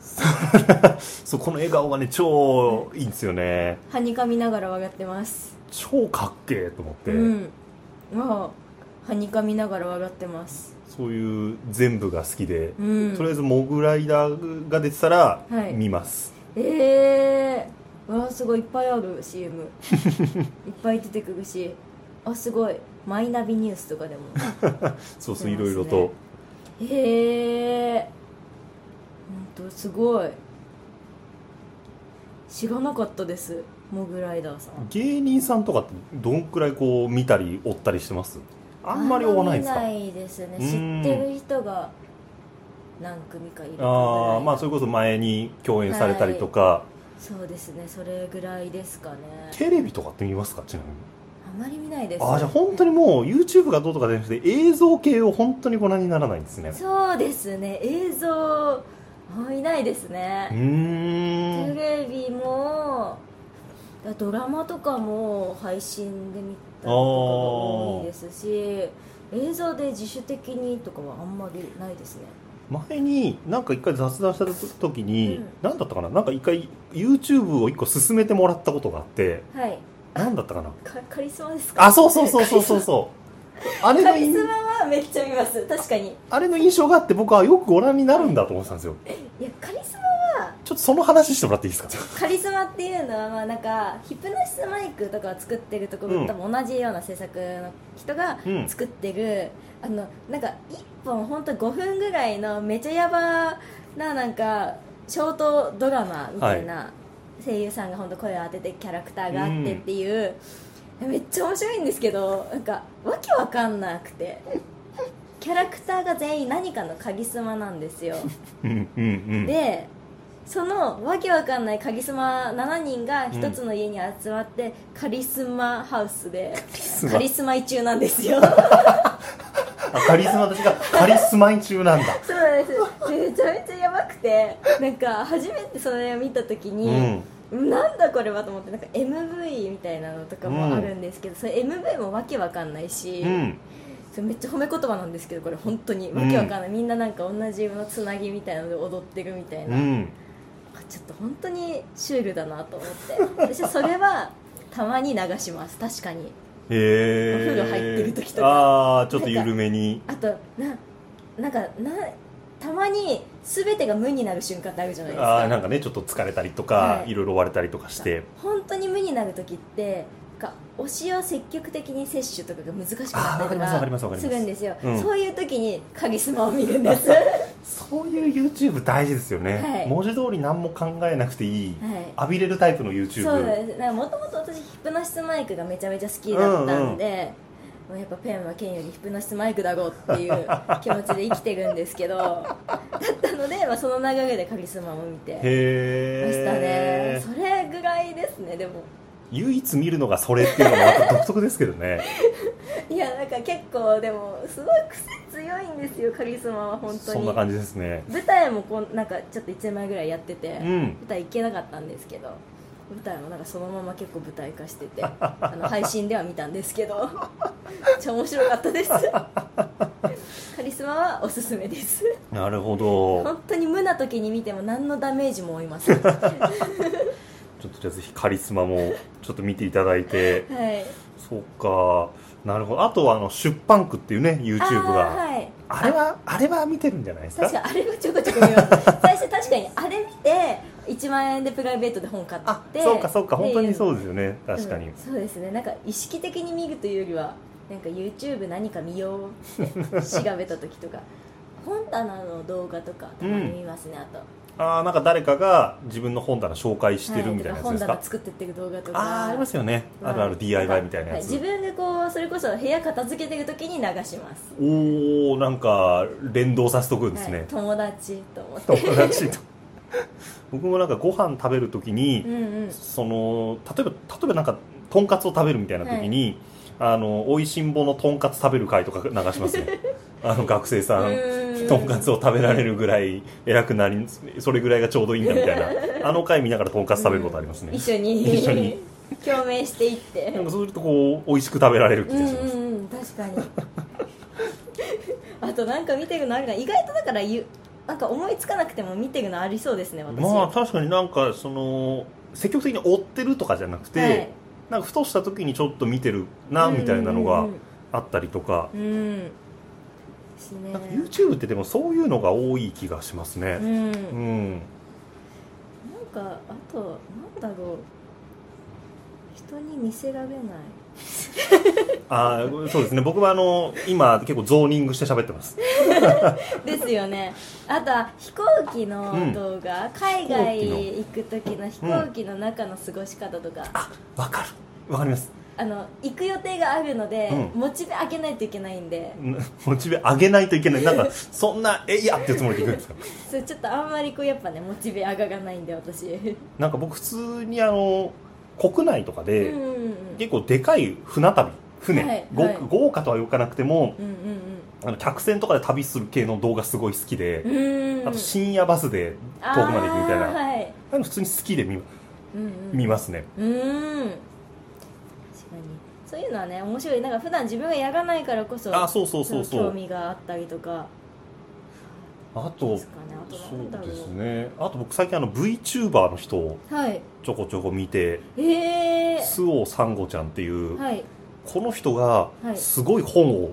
[SPEAKER 1] そうこの笑顔がね超いいんですよね
[SPEAKER 2] はにかみながら笑ってます
[SPEAKER 1] 超かっけえと思って、
[SPEAKER 2] うんまあはにかみながら笑ってます
[SPEAKER 1] そういう全部が好きで、
[SPEAKER 2] うん
[SPEAKER 1] とりあえずモグライダーが出てたら
[SPEAKER 2] はい
[SPEAKER 1] 見ます、
[SPEAKER 2] えー、わあすごいいっぱいある
[SPEAKER 1] (laughs)
[SPEAKER 2] CM いっぱい出てくるしあすごいマイナビニュースとか
[SPEAKER 1] (laughs)
[SPEAKER 2] でも
[SPEAKER 1] そうそう
[SPEAKER 2] 見
[SPEAKER 1] いろ
[SPEAKER 2] ますね
[SPEAKER 1] いろと
[SPEAKER 2] へえほんとすごい知らなかったですモグライダーさん
[SPEAKER 1] 芸人さんとかってどんくらいこう見たり追ったりしてますあんまり追わないですか
[SPEAKER 2] あんま見ないですね
[SPEAKER 1] うん
[SPEAKER 2] 知ってる人が何組かいるかぐらい
[SPEAKER 1] ああまあそれこそ前に共演されたりとか、
[SPEAKER 2] そうですねそれぐらいですかね
[SPEAKER 1] テレビとかって見ますかちなみに
[SPEAKER 2] あまり見ないです
[SPEAKER 1] ああじゃあ本当にもう YouTube がどうとかじゃなくて映像系を本当にご覧にならないんですね
[SPEAKER 2] そうですね映像あ見ないです
[SPEAKER 1] う
[SPEAKER 2] ね
[SPEAKER 1] ー
[SPEAKER 2] テ
[SPEAKER 1] ん
[SPEAKER 2] レビもドラマとかも配信で見たりとかが多いですし映像で自主的にとかはあんまりないですね
[SPEAKER 1] 前になんか一回雑談した時に、
[SPEAKER 2] うん
[SPEAKER 1] 何だったかななんか一回 YouTube を一個勧めてもらったことがあって
[SPEAKER 2] はい
[SPEAKER 1] 何だったかな
[SPEAKER 2] カカリスマですか
[SPEAKER 1] あそうそうそうそうそうそうあれ
[SPEAKER 2] (laughs) カ
[SPEAKER 1] の
[SPEAKER 2] リ
[SPEAKER 1] 印
[SPEAKER 2] スマはめっちゃ見ます確かに
[SPEAKER 1] あれの印象があって僕はよくご覧になるんだと思ってたんですよ
[SPEAKER 2] いやカリスマ
[SPEAKER 1] ちょっとその話してもらっていいですか
[SPEAKER 2] カリスマっていうのはまあなんかヒプノシスマイクとかを作ってるところ
[SPEAKER 1] うん
[SPEAKER 2] と多分同じような制作の人が
[SPEAKER 1] うん
[SPEAKER 2] 作ってる、あのなんか1本本当5分ぐらいのめちゃヤバななんかショートドラマみたいな声優さんが本当声を当ててキャラクターがあってっていう、めっちゃ面白いんですけどなんかわけわかんなくてキャラクターが全員何かのカリスマなんですよ
[SPEAKER 1] うんうんうん
[SPEAKER 2] でそのわけわかんないカリスマ7人が一つの家に集まって、カリスマハウスで
[SPEAKER 1] スマ
[SPEAKER 2] カリスマイ中なんで
[SPEAKER 1] (laughs)
[SPEAKER 2] すよ
[SPEAKER 1] あカリスマ私がカリスマイ中なんだ
[SPEAKER 2] そうなんですでめちゃめちゃやばくてなんか初めてそれを見た時に、なんだこれはと思ってなんか MV みたいなのとかもあるんですけど、それ MV もわけわかんないし、
[SPEAKER 1] うん
[SPEAKER 2] それめっちゃ褒め言葉なんですけどこれ本当にわけわかんない、みんななんか同じのつなぎみたいなので踊ってるみたいな、
[SPEAKER 1] うん
[SPEAKER 2] あちょっと本当にシュールだなと思って私それはたまに流します確かに
[SPEAKER 1] へえ
[SPEAKER 2] お風呂入ってる時とか
[SPEAKER 1] ああーちょっと緩めに
[SPEAKER 2] あとななんかなたまに全てが無になる瞬間ってあるじゃないですか
[SPEAKER 1] あーなんかねちょっと疲れたりとか、
[SPEAKER 2] はい
[SPEAKER 1] い、ろいろ割れたりとかして
[SPEAKER 2] 本当に無になる時ってなんか推しを積極的に摂取とかが難しくなったり
[SPEAKER 1] あーわかります
[SPEAKER 2] と
[SPEAKER 1] わかりますわか
[SPEAKER 2] か
[SPEAKER 1] ります
[SPEAKER 2] するんですよ、
[SPEAKER 1] うん
[SPEAKER 2] そういう時にカリスマを見る
[SPEAKER 1] (laughs)
[SPEAKER 2] んですは
[SPEAKER 1] そういう YouTube 大事ですよね、
[SPEAKER 2] はい
[SPEAKER 1] 文字通り何も考えなくていい、
[SPEAKER 2] い
[SPEAKER 1] 浴びれるタイプの YouTube
[SPEAKER 2] そうなんですもともと私ヒプノシスマイクがめちゃめちゃ好きだったんで、もうやっぱペンは剣よりヒプノシスマイクだろうっていう
[SPEAKER 1] (laughs)
[SPEAKER 2] 気持ちで生きてるんですけどだったので、まあ、その流れでカリスマも見てましたね
[SPEAKER 1] へえ
[SPEAKER 2] それぐらいですねでも
[SPEAKER 1] 唯一見るのがそれっていうのもまた独特ですけどね
[SPEAKER 2] いやなんか結構でもすごい癖強いんですよカリスマは (laughs) 本当
[SPEAKER 1] そん
[SPEAKER 2] に
[SPEAKER 1] な感じですね
[SPEAKER 2] 舞台もこうなんかちょっと1年前ぐらいやってて、
[SPEAKER 1] うん
[SPEAKER 2] 舞台行けなかったんですけど舞台もなんかそのまま結構舞台化して
[SPEAKER 1] (laughs)
[SPEAKER 2] てあの配信では見たんですけどめっちゃ面白かったですカリスマはおすすめです
[SPEAKER 1] なるほど
[SPEAKER 2] (laughs) 本当に無な時に見ても何のダメージも負いませんはい
[SPEAKER 1] ちょっとじゃあぜひカリスマもちょっと見ていただいてそうそっかなるほどあとはあの出版区っていうね YouTube があ,、
[SPEAKER 2] あーはい
[SPEAKER 1] れはあれは見てるんじゃないですか
[SPEAKER 2] 確かにあれはちょこちょこ見ます最初確かにあれ見て1万円でプライベートで本買って
[SPEAKER 1] あそうかそうか本当に
[SPEAKER 2] う
[SPEAKER 1] そうですよね確かに、
[SPEAKER 2] うんそうですねなんか意識的に見るというよりはなんか YouTube 何か見よう
[SPEAKER 1] (laughs)
[SPEAKER 2] って調べた時とか本棚の動画とかたまに見ますね、あと
[SPEAKER 1] ああなんか誰かが自分の本棚紹介して
[SPEAKER 2] は
[SPEAKER 1] るみたいなやつで
[SPEAKER 2] と
[SPEAKER 1] す
[SPEAKER 2] か
[SPEAKER 1] か、
[SPEAKER 2] 本棚作ってってる動画とか
[SPEAKER 1] ああーありますよね、あるあ
[SPEAKER 2] は
[SPEAKER 1] る DIY みたいなや
[SPEAKER 2] は
[SPEAKER 1] つ、
[SPEAKER 2] 自分でこうそれこそ部屋片付けてる時に流します
[SPEAKER 1] おおなんか連動させとくんです
[SPEAKER 2] はい
[SPEAKER 1] ね、
[SPEAKER 2] 友達と思って
[SPEAKER 1] 友達と僕もなんかご飯食べるときに、
[SPEAKER 2] うんうん
[SPEAKER 1] その例えば例えばなんかとんかつを食べるみたいなときに、あのおいしんぼのとんかつ食べる会とか流しますね
[SPEAKER 2] (laughs)
[SPEAKER 1] あの学生さん
[SPEAKER 2] うん
[SPEAKER 1] とんかつを食べられるぐらい偉くなりそれぐらいがちょうどいいんだみたいなあの回見ながらとんかつ食べることありますね、
[SPEAKER 2] 一緒に
[SPEAKER 1] (laughs) 一緒に
[SPEAKER 2] (laughs) 共鳴していって
[SPEAKER 1] なんかそうするとこう美味しく食べられる気
[SPEAKER 2] う
[SPEAKER 1] が
[SPEAKER 2] ん
[SPEAKER 1] します、
[SPEAKER 2] うんうん確
[SPEAKER 1] (laughs)
[SPEAKER 2] かにあとなんか見てるのあるかな意外とだからゆなんか思いつかなくても見てるのありそうですね私
[SPEAKER 1] まあ確かになんかその積極的に追ってるとかじゃなくて、
[SPEAKER 2] はい
[SPEAKER 1] なんかふとした時にちょっと見てるなみたいなのがあったりとか,、
[SPEAKER 2] うんうんうん、うんですね
[SPEAKER 1] なんか YouTube ってでもそういうのが多い気がします
[SPEAKER 2] う
[SPEAKER 1] ね
[SPEAKER 2] んな
[SPEAKER 1] う
[SPEAKER 2] ん
[SPEAKER 1] ん、
[SPEAKER 2] かあとなんだろう人に見せられない
[SPEAKER 1] あーそうですね僕はあの今結構ゾーニングして喋ってます
[SPEAKER 2] ですよねあとは飛行機の動画、海外行く時の飛行機の中の過ごし方とか、
[SPEAKER 1] あわかるわかります
[SPEAKER 2] あの行く予定があるので、
[SPEAKER 1] う
[SPEAKER 2] モチベ上げないといけないんで
[SPEAKER 1] んモチベ上げないといけないなんかそんなえいやってつもりでいくんですか
[SPEAKER 2] それちょっとあんまりこうやっぱねモチベ上がらないんで私
[SPEAKER 1] なんか僕普通にあの国内とか
[SPEAKER 2] うん
[SPEAKER 1] で、
[SPEAKER 2] うんうん
[SPEAKER 1] 結構でかい船旅船、
[SPEAKER 2] はい
[SPEAKER 1] ご
[SPEAKER 2] はい
[SPEAKER 1] 豪華とは言かなくても
[SPEAKER 2] うん
[SPEAKER 1] あの客船とかで旅する系の動画すごい好きで
[SPEAKER 2] うんう、んうん
[SPEAKER 1] あと深夜バスで遠くまで行くみたいな
[SPEAKER 2] あー
[SPEAKER 1] あ
[SPEAKER 2] はい
[SPEAKER 1] あいうの普通に好きで見
[SPEAKER 2] うんうん
[SPEAKER 1] 見ますね、
[SPEAKER 2] うーん確かにそういうのはね面白いなんか普段自分がやらないからこそ
[SPEAKER 1] あそうそうそう
[SPEAKER 2] そ
[SPEAKER 1] そ
[SPEAKER 2] の興
[SPEAKER 1] う
[SPEAKER 2] 味があったりとか
[SPEAKER 1] あ
[SPEAKER 2] で
[SPEAKER 1] と
[SPEAKER 2] すかねあと
[SPEAKER 1] そ
[SPEAKER 2] なんだろ
[SPEAKER 1] う
[SPEAKER 2] う
[SPEAKER 1] ですねあと僕最近あの VTuber の人を
[SPEAKER 2] はい
[SPEAKER 1] ちょこちょこ見て
[SPEAKER 2] えー、
[SPEAKER 1] 周防サンゴちゃんっていう、
[SPEAKER 2] はい
[SPEAKER 1] この人が
[SPEAKER 2] はい
[SPEAKER 1] すごい本を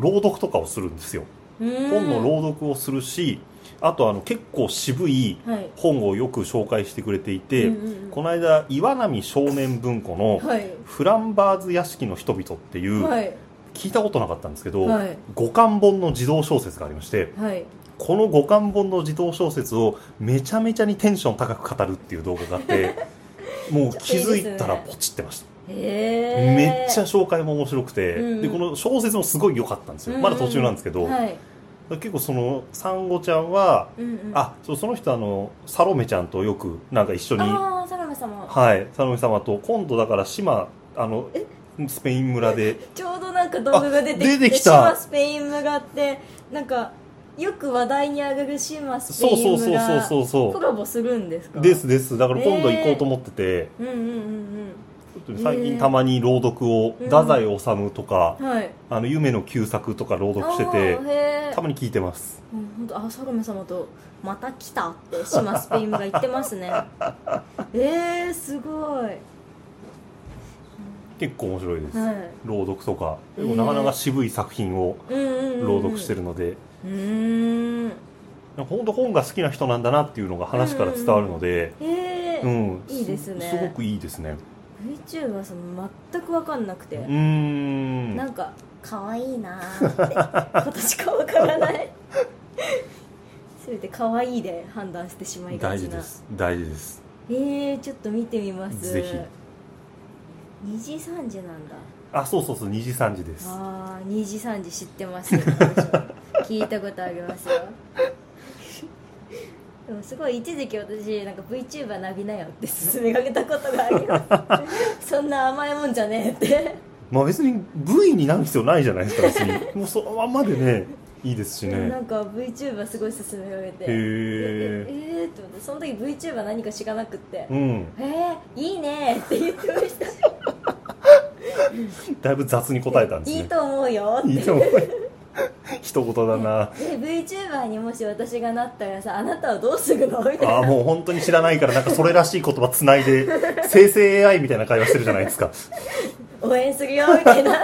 [SPEAKER 1] 朗読とかをするんですよ、本
[SPEAKER 2] 本
[SPEAKER 1] の朗読をするしあとあの結構渋い
[SPEAKER 2] はい
[SPEAKER 1] 本をよく紹介してくれていて、
[SPEAKER 2] うんうんうん
[SPEAKER 1] この間岩波少年文庫の
[SPEAKER 2] はい
[SPEAKER 1] 「フランバーズ屋敷の人々」っていう、
[SPEAKER 2] はい
[SPEAKER 1] 聞いたことなかったんですけど、
[SPEAKER 2] はい
[SPEAKER 1] 五巻本の児童小説がありまして
[SPEAKER 2] はい
[SPEAKER 1] この五巻本の児童小説をめちゃめちゃにテンション高く語るっていう動画があって
[SPEAKER 2] (laughs)
[SPEAKER 1] もう気づいたらポチってました
[SPEAKER 2] えー、
[SPEAKER 1] めっちゃ紹介も面白くて、
[SPEAKER 2] うんうん
[SPEAKER 1] でこの小説もすごい良かったんですよ、
[SPEAKER 2] うんうん
[SPEAKER 1] まだ途中なんですけど、
[SPEAKER 2] はい
[SPEAKER 1] 結構その産後ちゃんは
[SPEAKER 2] うんうん、
[SPEAKER 1] あそうその人あのサロメちゃんとよくなんか一緒に
[SPEAKER 2] ああサラメ様、
[SPEAKER 1] はい、サロメ様と今度だから島あのスペイン村で
[SPEAKER 2] ちょうどなんか動画が出てきて
[SPEAKER 1] あ出てきた
[SPEAKER 2] 島スペイン村ってなんかよく話題に上がる島スペ
[SPEAKER 1] そう
[SPEAKER 2] イ
[SPEAKER 1] そ
[SPEAKER 2] ン
[SPEAKER 1] うそうそう
[SPEAKER 2] 村
[SPEAKER 1] そう
[SPEAKER 2] コ
[SPEAKER 1] そ
[SPEAKER 2] ラボするんですか
[SPEAKER 1] うですですだから今度行こうと思ってて、
[SPEAKER 2] うんうんうん
[SPEAKER 1] ちょっと最
[SPEAKER 2] へ
[SPEAKER 1] 近
[SPEAKER 2] ー
[SPEAKER 1] たまに朗読を
[SPEAKER 2] うん
[SPEAKER 1] 太宰治とか
[SPEAKER 2] う、んはい
[SPEAKER 1] あの夢の旧作とか朗読してて
[SPEAKER 2] あーへえ
[SPEAKER 1] たまに聞いてます
[SPEAKER 2] 本当あサロメ様と「また来た」って島スペイン村言ってま
[SPEAKER 1] (laughs)
[SPEAKER 2] すねえー、すごい、はい、
[SPEAKER 1] 結構面白いです、朗読とかでもなかなか渋い作品を
[SPEAKER 2] うんうんうんうん
[SPEAKER 1] 朗読してるので、
[SPEAKER 2] うーん
[SPEAKER 1] なんか本当本が好きな人なんだなっていうのが話から伝わるので、
[SPEAKER 2] えー
[SPEAKER 1] うん
[SPEAKER 2] いいですね
[SPEAKER 1] すごくいいですね
[SPEAKER 2] VTuber はその全く分かんなくて
[SPEAKER 1] うーん
[SPEAKER 2] なんか可愛いなーってことしかわからない
[SPEAKER 1] (laughs)
[SPEAKER 2] せめて可愛いで判断してしまいが
[SPEAKER 1] 大
[SPEAKER 2] ち
[SPEAKER 1] 事
[SPEAKER 2] な
[SPEAKER 1] です大事です
[SPEAKER 2] えー、ちょっと見てみます
[SPEAKER 1] ぜひ
[SPEAKER 2] 2時3時なんだ
[SPEAKER 1] あそうそうそう2時3時です
[SPEAKER 2] あー2時3時知ってますよ
[SPEAKER 1] (laughs)
[SPEAKER 2] 聞いたことありますよでもすごい一時期私なんか VTuber なびなよって勧めかけたことがあります
[SPEAKER 1] (laughs)
[SPEAKER 2] そんな甘いもんじゃねえって
[SPEAKER 1] まあ別に V になる必要ないじゃないですか別
[SPEAKER 2] (laughs)
[SPEAKER 1] にもうそのままでねいいですし
[SPEAKER 2] でもな
[SPEAKER 1] ね
[SPEAKER 2] んか VTuber すごい勧められて
[SPEAKER 1] へえ
[SPEAKER 2] ええーって思ってその時 VTuber 何か知らなくって「
[SPEAKER 1] うん
[SPEAKER 2] えー、いいね」って言ってました
[SPEAKER 1] だいぶ雑に答えたんです
[SPEAKER 2] いい
[SPEAKER 1] ね
[SPEAKER 2] と思うよって
[SPEAKER 1] いい
[SPEAKER 2] (laughs)
[SPEAKER 1] と思う一言だな
[SPEAKER 2] え VTuber にもし私がなったらさあなたはどうするのみたいな
[SPEAKER 1] ああもう本当に知らないからなんかそれらしい言葉つないで生成 AI みたいな会話してるじゃないですか
[SPEAKER 2] 応援するよみたいな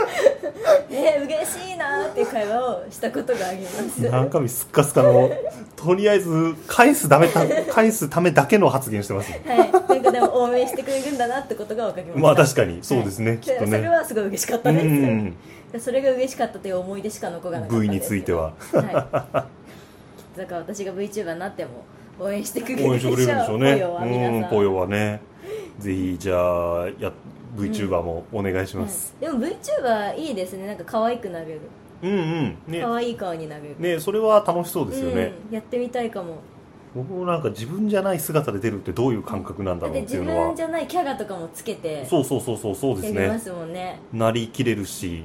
[SPEAKER 2] (laughs) え嬉しいなっていう会話をしたことがあります
[SPEAKER 1] なんかみすっかすかのとりあえず返すためた返すためだけの発言してますね
[SPEAKER 2] はい、なんかでも応援してくれるんだなってことが分かりました
[SPEAKER 1] まあ確かにそうですね、
[SPEAKER 2] はい
[SPEAKER 1] きっと
[SPEAKER 2] それ
[SPEAKER 1] ね
[SPEAKER 2] はすごい嬉しかっ
[SPEAKER 1] う
[SPEAKER 2] たです、
[SPEAKER 1] ん
[SPEAKER 2] それが嬉しかったという思い出しか残らなかったです
[SPEAKER 1] V については
[SPEAKER 2] はい、きっとだから私が VTuber になっても応援してくれるでしょう
[SPEAKER 1] 応援してくれるんでしょうね
[SPEAKER 2] ポヨは皆
[SPEAKER 1] う
[SPEAKER 2] さん
[SPEAKER 1] んポヨはねぜひじゃあや VTuber もお願いします、
[SPEAKER 2] はいでも VTuber いいですねなんか可愛くなれる
[SPEAKER 1] うん、うんね
[SPEAKER 2] 可愛い顔になれる
[SPEAKER 1] ねそれは楽しそうですよね、
[SPEAKER 2] うん、やってみたいかも
[SPEAKER 1] 僕もなんか自分じゃない姿で出るってどういう感覚なんだ
[SPEAKER 2] だっ
[SPEAKER 1] ろう
[SPEAKER 2] て
[SPEAKER 1] ってい
[SPEAKER 2] 自
[SPEAKER 1] うのは
[SPEAKER 2] 分じゃないキャラとかもつけて
[SPEAKER 1] そうそうそうそうそうで
[SPEAKER 2] や
[SPEAKER 1] す
[SPEAKER 2] りま
[SPEAKER 1] ね
[SPEAKER 2] すもんね
[SPEAKER 1] なりきれるし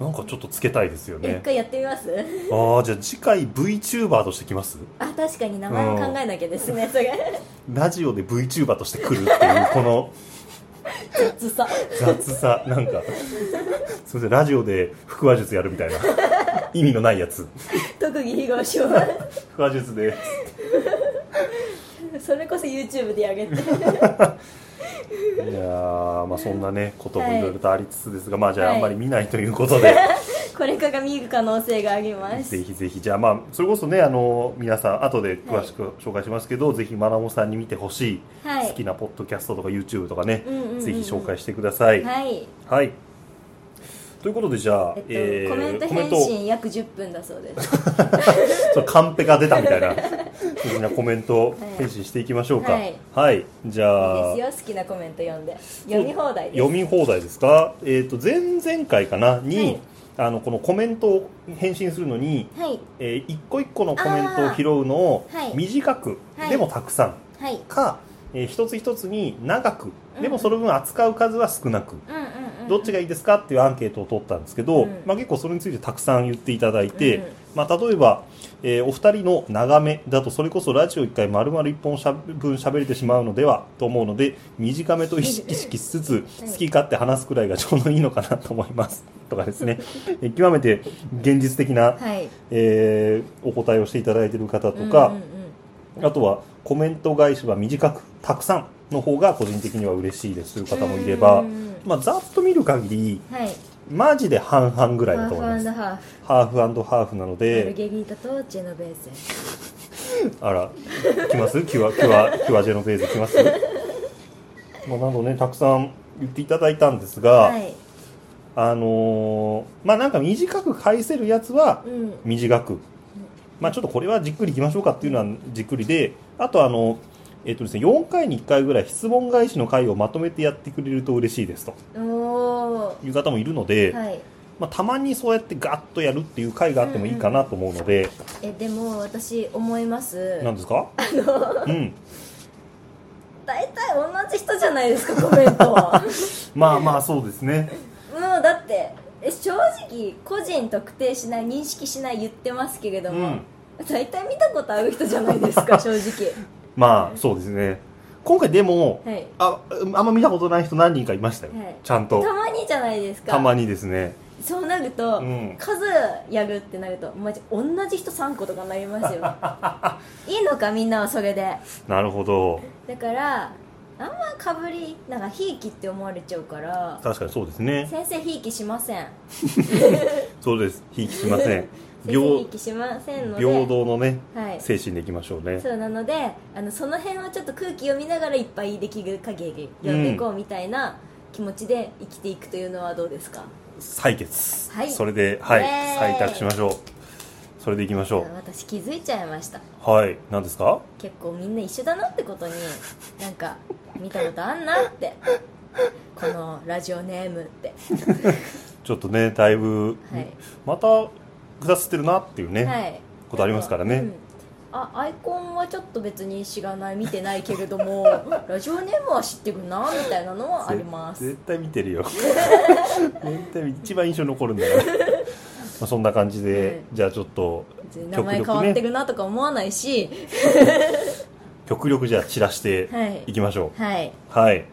[SPEAKER 1] なんかちょっとつけたいですよ
[SPEAKER 2] え一
[SPEAKER 1] ね
[SPEAKER 2] 回やってみます
[SPEAKER 1] ああじゃあ次回 VTuber としてきます
[SPEAKER 2] あ確かに名前も考えなきゃですねそれ
[SPEAKER 1] ラジオで VTuber として来るっていうこの
[SPEAKER 2] ずさ
[SPEAKER 1] 雑さなんかすみませんラジオで腹話術やるみたいな意味のないやつ
[SPEAKER 2] 特技披露します
[SPEAKER 1] 腹話術で
[SPEAKER 2] それこそ YouTube でやげて
[SPEAKER 1] いやーまあそんなねこともいろいろとありつつですが、まあじゃあ
[SPEAKER 2] は
[SPEAKER 1] あ
[SPEAKER 2] い
[SPEAKER 1] んまり見ないということで、
[SPEAKER 2] これから見る可能性があります
[SPEAKER 1] ぜひぜひじゃあまあそれこそねあの皆さん後で詳しく紹介しますけど、ぜひまなもさんに見てほしい、
[SPEAKER 2] はい
[SPEAKER 1] 好きなポッドキャストとか YouTube とかね、
[SPEAKER 2] うんうんうんうん
[SPEAKER 1] ぜひ紹介してくださいはい、
[SPEAKER 2] はい、
[SPEAKER 1] ということでじゃあ、
[SPEAKER 2] えっと
[SPEAKER 1] えー
[SPEAKER 2] コメント
[SPEAKER 1] コメ
[SPEAKER 2] 返
[SPEAKER 1] ント
[SPEAKER 2] 信約10分だそうです
[SPEAKER 1] そうカンペが出たみたい
[SPEAKER 2] (laughs)
[SPEAKER 1] なみんなコメント返信していきましょうか
[SPEAKER 2] は
[SPEAKER 1] はい
[SPEAKER 2] い、
[SPEAKER 1] じゃあ
[SPEAKER 2] いい (laughs) ですよ好きなコメント読んで読み放題です
[SPEAKER 1] 読み放題ですかえっ、と前々回かなに、
[SPEAKER 2] はい
[SPEAKER 1] あのこのコメントを返信するのに、
[SPEAKER 2] はい
[SPEAKER 1] えー一個一個のコメントを拾うのを
[SPEAKER 2] あーはい
[SPEAKER 1] 短く、
[SPEAKER 2] はい
[SPEAKER 1] でもたくさん
[SPEAKER 2] はい
[SPEAKER 1] か、えー一つ一つに長く
[SPEAKER 2] うん
[SPEAKER 1] でもその分扱う数は少なく、
[SPEAKER 2] うんうんうん
[SPEAKER 1] どっちがいいですかっていうアンケートを取ったんですけど、
[SPEAKER 2] うん
[SPEAKER 1] まあ、結構それについてたくさん言っていただいて、
[SPEAKER 2] うんうん
[SPEAKER 1] まあ、例えば、えーお二人の長めだとそれこそラジオ1回丸々1本しゃ分喋れてしまうのではと思うので短めと意識意識しつつ
[SPEAKER 2] うん
[SPEAKER 1] 好き勝手話すくらいがちょうどいいのかなと思います (laughs) とかですねえー極めて現実的な、
[SPEAKER 2] はい
[SPEAKER 1] えーお答えをしていただいている方とか、
[SPEAKER 2] うんうん
[SPEAKER 1] あとはコメント返しは短くたくさんの方が個人的には嬉しいですという
[SPEAKER 2] う
[SPEAKER 1] 方
[SPEAKER 2] ん
[SPEAKER 1] もいれば
[SPEAKER 2] うんう。ん
[SPEAKER 1] まあ、ざっと見る限り
[SPEAKER 2] うんはい
[SPEAKER 1] マジで半々ぐらい
[SPEAKER 2] ハ
[SPEAKER 1] だ
[SPEAKER 2] ー
[SPEAKER 1] と
[SPEAKER 2] フ
[SPEAKER 1] 思います
[SPEAKER 2] ハーフ
[SPEAKER 1] ハーフハーフなの
[SPEAKER 2] マル
[SPEAKER 1] で
[SPEAKER 2] ゲリータとジェノベーゼ
[SPEAKER 1] あら来ますキュアキュアキュアジェノベーゼ来ますまあなどねたくさん言っていただいたんですが、
[SPEAKER 2] はい
[SPEAKER 1] あのーまあなんか短く返せるやつは
[SPEAKER 2] うん
[SPEAKER 1] 短く、まあ、ちょっとこれはじっくりいきましょうかっていうのはじっくりであとあの、えっとですね、4回に1回ぐらい質問返しの回をまとめてやってくれると嬉しいですと
[SPEAKER 2] お
[SPEAKER 1] いう方もいるので、
[SPEAKER 2] ーはい
[SPEAKER 1] まあ、たまにそうやってガッとやるっていう回があってもいいかなと思うので、
[SPEAKER 2] えでも私思います
[SPEAKER 1] なんですかうん、
[SPEAKER 2] 大体同じ人じゃないですかコメント
[SPEAKER 1] (laughs) まあまあそうですね
[SPEAKER 2] もうだってえ正直個人特定しない認識しない言ってますけれども、
[SPEAKER 1] うん
[SPEAKER 2] 大体見たことある人じゃないですか正直
[SPEAKER 1] まあそうですね今回でも、
[SPEAKER 2] はい
[SPEAKER 1] ああんま見たことない人何人かいましたよ、
[SPEAKER 2] はい
[SPEAKER 1] ちゃんと
[SPEAKER 2] たまにじゃないですか
[SPEAKER 1] たまにですね
[SPEAKER 2] そうなると、
[SPEAKER 1] うん
[SPEAKER 2] 数やるってなるとマジ同じ人3個とかなります
[SPEAKER 1] (laughs)
[SPEAKER 2] よいいのかみんなはそれで
[SPEAKER 1] なるほど
[SPEAKER 2] だからあんまかぶりなんかひいきって思われちゃうから
[SPEAKER 1] 確かにそうですね
[SPEAKER 2] 先生ひいきしません
[SPEAKER 1] そうですひいきしま
[SPEAKER 2] (laughs)
[SPEAKER 1] せん
[SPEAKER 2] 先生ひい
[SPEAKER 1] 平
[SPEAKER 2] きしませんので
[SPEAKER 1] 平等のね
[SPEAKER 2] はい
[SPEAKER 1] 精神でいきましょうね
[SPEAKER 2] そうなのであのその辺はちょっと空気読みながらいっぱいできる限り読んでいこうみたいな気持ちで生きていくというのはどうですか、
[SPEAKER 1] 採決、
[SPEAKER 2] はい
[SPEAKER 1] それではい
[SPEAKER 2] イエーイ
[SPEAKER 1] 採択しましょうそれでいきましょ
[SPEAKER 2] 私気づいちゃいました
[SPEAKER 1] うはい何ですか
[SPEAKER 2] 結構みんな一緒だなってことになんか見たことあんなってこのラジオネームって
[SPEAKER 1] ちょっとねだいぶ、
[SPEAKER 2] はい
[SPEAKER 1] また下ってるなっていうね、
[SPEAKER 2] はい
[SPEAKER 1] ことありますからね
[SPEAKER 2] うんあアイコンはちょっと別に知らない見てないけれども
[SPEAKER 1] (laughs)
[SPEAKER 2] ラジオネームは知ってるなみたいなのはあります
[SPEAKER 1] 絶対見てる
[SPEAKER 2] (laughs)
[SPEAKER 1] よ絶対一番印象に残るんだよまあそんな感じで、
[SPEAKER 2] はい
[SPEAKER 1] じゃあちょっと
[SPEAKER 2] 別に名前変わってるなとか思わないし、
[SPEAKER 1] 極力じゃあ散らして
[SPEAKER 2] はい
[SPEAKER 1] いきましょ
[SPEAKER 2] はい。
[SPEAKER 1] うはい、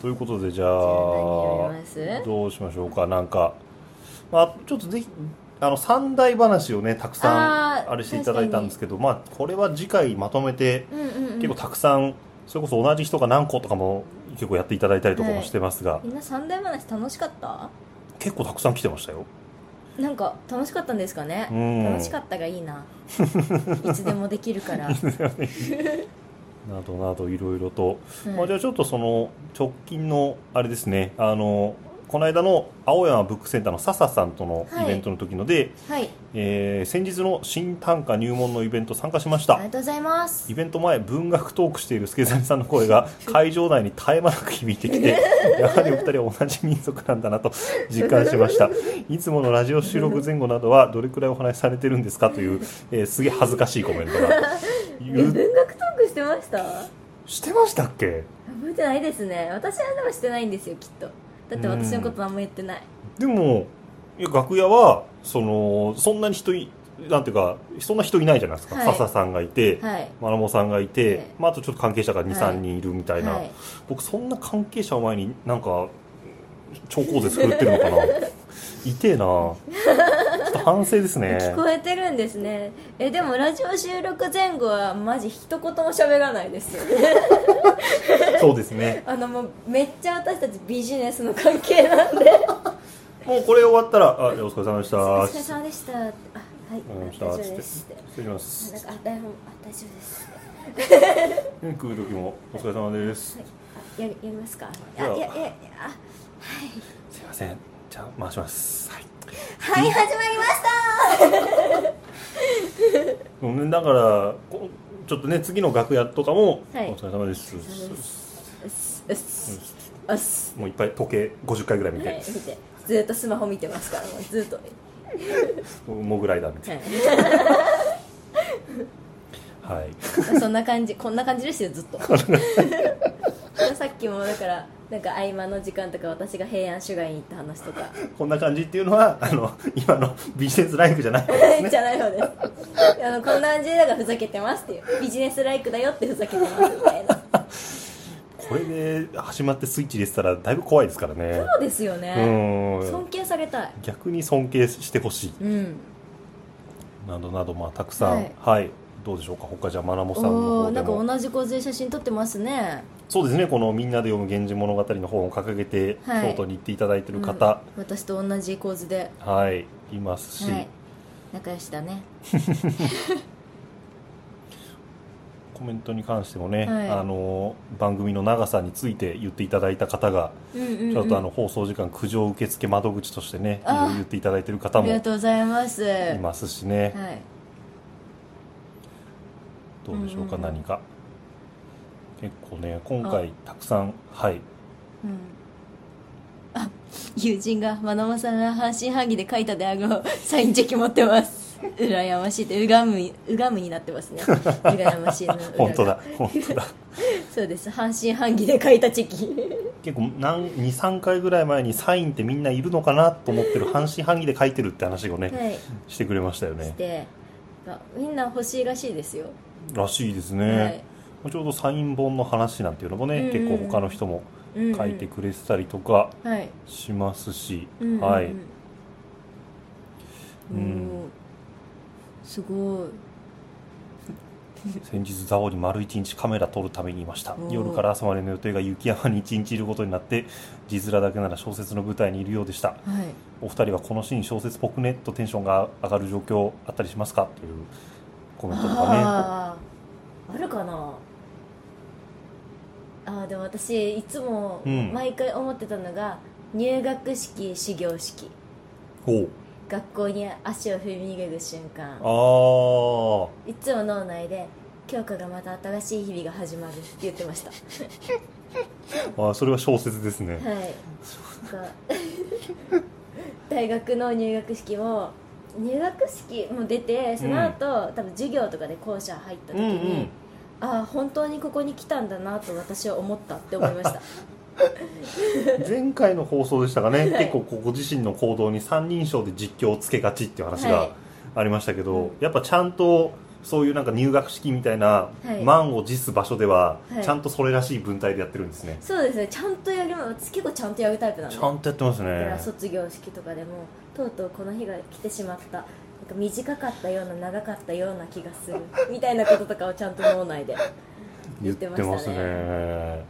[SPEAKER 1] ということでじゃあ
[SPEAKER 2] じゃあ何読みます
[SPEAKER 1] どうしましょうかなんか、まあ、ちょっとぜひあの三大話をねたくさ
[SPEAKER 2] あ
[SPEAKER 1] ん
[SPEAKER 2] ー
[SPEAKER 1] あれしていただいたんですけどまあこれは次回まとめて
[SPEAKER 2] うんうんうん。
[SPEAKER 1] 結構たくさんそれこそ同じ人が何個とかも結構やっていただいたりとかもしてますが、
[SPEAKER 2] みんな三大話楽しかった
[SPEAKER 1] 結構たくさん来てましたよ
[SPEAKER 2] なんか楽しかったんですかね、
[SPEAKER 1] うん
[SPEAKER 2] 楽しかったがい
[SPEAKER 1] (laughs)
[SPEAKER 2] いないつでもできるから、
[SPEAKER 1] などなどいろいろと、
[SPEAKER 2] うん
[SPEAKER 1] まあ、じゃあちょっとその直近のあれですねあのこの間の青山ブックセンターの笹さんとの
[SPEAKER 2] はい
[SPEAKER 1] イベントの時ので、
[SPEAKER 2] はい
[SPEAKER 1] えー先日の新短歌入門のイベント参加しまし
[SPEAKER 2] あり
[SPEAKER 1] た
[SPEAKER 2] がとうございます
[SPEAKER 1] イベント前文学トークしている助谷さんの声
[SPEAKER 2] (laughs)
[SPEAKER 1] が会場内に絶え間なく響いてきてやはりお二人は同じ民族なんだな
[SPEAKER 2] (laughs)
[SPEAKER 1] と実感しましたいつものラジオ収録前後などはどれくらいお話しされてるんですかという、えーすげえ恥ずかしいコメン
[SPEAKER 2] (laughs)
[SPEAKER 1] トが
[SPEAKER 2] え
[SPEAKER 1] 言
[SPEAKER 2] 文
[SPEAKER 1] う
[SPEAKER 2] 学トークしてました覚
[SPEAKER 1] してましたっけ
[SPEAKER 2] えてないですね私はでもしてないんですよきっとだって私のこと何も言ってない、
[SPEAKER 1] でもいや楽屋はそのそんなに人いなんていうかそんな人いないじゃないですか、
[SPEAKER 2] はい
[SPEAKER 1] 笹さんがいて、
[SPEAKER 2] はい
[SPEAKER 1] マラモさんがいて、
[SPEAKER 2] はい
[SPEAKER 1] まあ、あとちょっと関係者が
[SPEAKER 2] はい
[SPEAKER 1] 23、人いるみたいな、
[SPEAKER 2] はい
[SPEAKER 1] 僕そんな関係者を前になんか超高絶狂ってるの
[SPEAKER 2] (laughs)
[SPEAKER 1] かな痛えなちょっと反省ですね
[SPEAKER 2] 聞こえてるんですねえでもラジオ収録前後はマジ一言も喋らないですよ (laughs) ね
[SPEAKER 1] そうですね
[SPEAKER 2] あのもうめっちゃ私たちビジネスの関係なんで
[SPEAKER 1] もうこれ終わったらあじゃあお疲れ様でし
[SPEAKER 2] お
[SPEAKER 1] た
[SPEAKER 2] 疲れ様でしたあはい
[SPEAKER 1] うん
[SPEAKER 2] 大丈夫ですって
[SPEAKER 1] 失礼します
[SPEAKER 2] なんかあ台本あ大丈夫です
[SPEAKER 1] うん来る時もお疲れ様です、
[SPEAKER 2] あやりやりますかあ
[SPEAKER 1] いや
[SPEAKER 2] いやいやいやあ
[SPEAKER 1] すいませんじゃあ回しますはい
[SPEAKER 2] はい始まりました
[SPEAKER 1] うんだからこちょっとね次の楽屋とかも、
[SPEAKER 2] はい
[SPEAKER 1] お疲れ様です
[SPEAKER 2] お疲れ様でうっすうっすうっす
[SPEAKER 1] もういっぱい時計50回ぐらい見て、
[SPEAKER 2] はい見てずっとスマホ見てますからもうずっとは
[SPEAKER 1] モグライダー見て
[SPEAKER 2] い (laughs)
[SPEAKER 1] はい (laughs)
[SPEAKER 2] そんな感じこんな感じですよずっとさっきもだからなんか合間の時間とか私が平安主外に行った話とか
[SPEAKER 1] こんな感じっていうのはあの今のビジネスライフじゃない
[SPEAKER 2] じゃない方ですあのこんな感じでだからふざけてますっていうビジネスライクだよってふざけてますみたいな
[SPEAKER 1] これで始まってスイッチ入れてたらだいぶ怖いですからね
[SPEAKER 2] そうですよ
[SPEAKER 1] う
[SPEAKER 2] ね
[SPEAKER 1] ー
[SPEAKER 2] 尊
[SPEAKER 1] ん
[SPEAKER 2] 敬されたい
[SPEAKER 1] 逆に尊敬してほしい
[SPEAKER 2] うん
[SPEAKER 1] などなどまあたくさんは
[SPEAKER 2] はいい、
[SPEAKER 1] どうでしょうか他じゃあまなもさんの
[SPEAKER 2] お
[SPEAKER 1] 方
[SPEAKER 2] おー
[SPEAKER 1] で
[SPEAKER 2] なんか
[SPEAKER 1] も
[SPEAKER 2] 同じ構図で写真撮ってますね
[SPEAKER 1] そうですねこの「みんなで読む源氏物語」の本を掲げて、
[SPEAKER 2] はい
[SPEAKER 1] 京都に行っていただいてる方、
[SPEAKER 2] うん私と同じ構図で
[SPEAKER 1] はいいますし、
[SPEAKER 2] はい仲良しだね
[SPEAKER 1] コメントに関してもね、
[SPEAKER 2] はい
[SPEAKER 1] あの番組の長さについて言っていただいた方が、
[SPEAKER 2] うんうん、うん、
[SPEAKER 1] ちょっとあの放送時間苦情受付窓口としてねい
[SPEAKER 2] あー
[SPEAKER 1] ろいろ言っていただいてる方
[SPEAKER 2] あ
[SPEAKER 1] も
[SPEAKER 2] りが
[SPEAKER 1] い
[SPEAKER 2] とうございます
[SPEAKER 1] ますしね、
[SPEAKER 2] はい
[SPEAKER 1] どうでしょうか、
[SPEAKER 2] うんうんうん
[SPEAKER 1] 何か結構ね今回たくさんはい
[SPEAKER 2] うんあ友人がまなまさんが半信半疑で書いたであろ
[SPEAKER 1] (laughs)
[SPEAKER 2] うサインチェキ持ってます羨ましいってうがむうがむになってます
[SPEAKER 1] (laughs)
[SPEAKER 2] ね羨ましいのうがが
[SPEAKER 1] 本当だ本当
[SPEAKER 2] (laughs)
[SPEAKER 1] だ
[SPEAKER 2] そうです半信半疑で書いたチェキ
[SPEAKER 1] 結構23回ぐらい前にサインってみんないるのかなと思ってる半信半疑で書いてるって話をね、
[SPEAKER 2] はい
[SPEAKER 1] してくれましたよ
[SPEAKER 2] し
[SPEAKER 1] ね
[SPEAKER 2] てあみんな欲しいらしいですよ、
[SPEAKER 1] らしいですね、ちょうどサイン本の話なんていうのもね、
[SPEAKER 2] うんうん
[SPEAKER 1] 結構他の人も
[SPEAKER 2] はい、うんうん
[SPEAKER 1] 書いてくれてたりとか
[SPEAKER 2] はい、
[SPEAKER 1] しますし、
[SPEAKER 2] うんうんうん
[SPEAKER 1] はい、
[SPEAKER 2] おーすごい
[SPEAKER 1] 先日蔵王に丸一日カメラ撮るためにいました
[SPEAKER 2] おー
[SPEAKER 1] 夜から朝までの予定が雪山に一日いることになって字面だけなら小説の舞台にいるようでした
[SPEAKER 2] はい
[SPEAKER 1] お二人はこのシーン小説っぽくねとテンションが上がる状況あったりしますかというコメントとかね
[SPEAKER 2] あーあるかなあーでも私いつも
[SPEAKER 1] うん
[SPEAKER 2] 毎回思ってたのが、入学式始業式
[SPEAKER 1] おう
[SPEAKER 2] 学校に足を踏み入れる瞬間
[SPEAKER 1] ああ
[SPEAKER 2] いつも脳内で今日からまた新しい日々が始まるって言ってました
[SPEAKER 1] あーそれは小説ですね、
[SPEAKER 2] はいなんか (laughs) 大学の入学式も入学式も出てその後、多分授業とかで校舎入った時
[SPEAKER 1] うん
[SPEAKER 2] に、
[SPEAKER 1] うん
[SPEAKER 2] ああ本当にここに来たんだなと私は思ったって思いま (laughs) した
[SPEAKER 1] 前回の放送でしたかね、
[SPEAKER 2] はい
[SPEAKER 1] 結構ご自身の行動に三人称で実況をつけがちっていう話
[SPEAKER 2] は
[SPEAKER 1] が
[SPEAKER 2] い
[SPEAKER 1] ありましたけど、
[SPEAKER 2] うん
[SPEAKER 1] やっぱちゃんとそういうなんか入学式みたいな
[SPEAKER 2] はい
[SPEAKER 1] 満を持す場所では、
[SPEAKER 2] はい
[SPEAKER 1] ちゃんとそれらしい文体でやってるんですね、
[SPEAKER 2] そうですねちゃんとやる私結構ちゃんとやるタイプなんで
[SPEAKER 1] ちゃんとやってます
[SPEAKER 2] だから
[SPEAKER 1] ね
[SPEAKER 2] 卒業式とかでもとうとうこの日が来てしまったなんか短かったような長かったような気が (laughs) するみたいなこととかをちゃんと脳内で
[SPEAKER 1] 言
[SPEAKER 2] 言
[SPEAKER 1] っ
[SPEAKER 2] ってて
[SPEAKER 1] ま
[SPEAKER 2] ましたたね
[SPEAKER 1] ね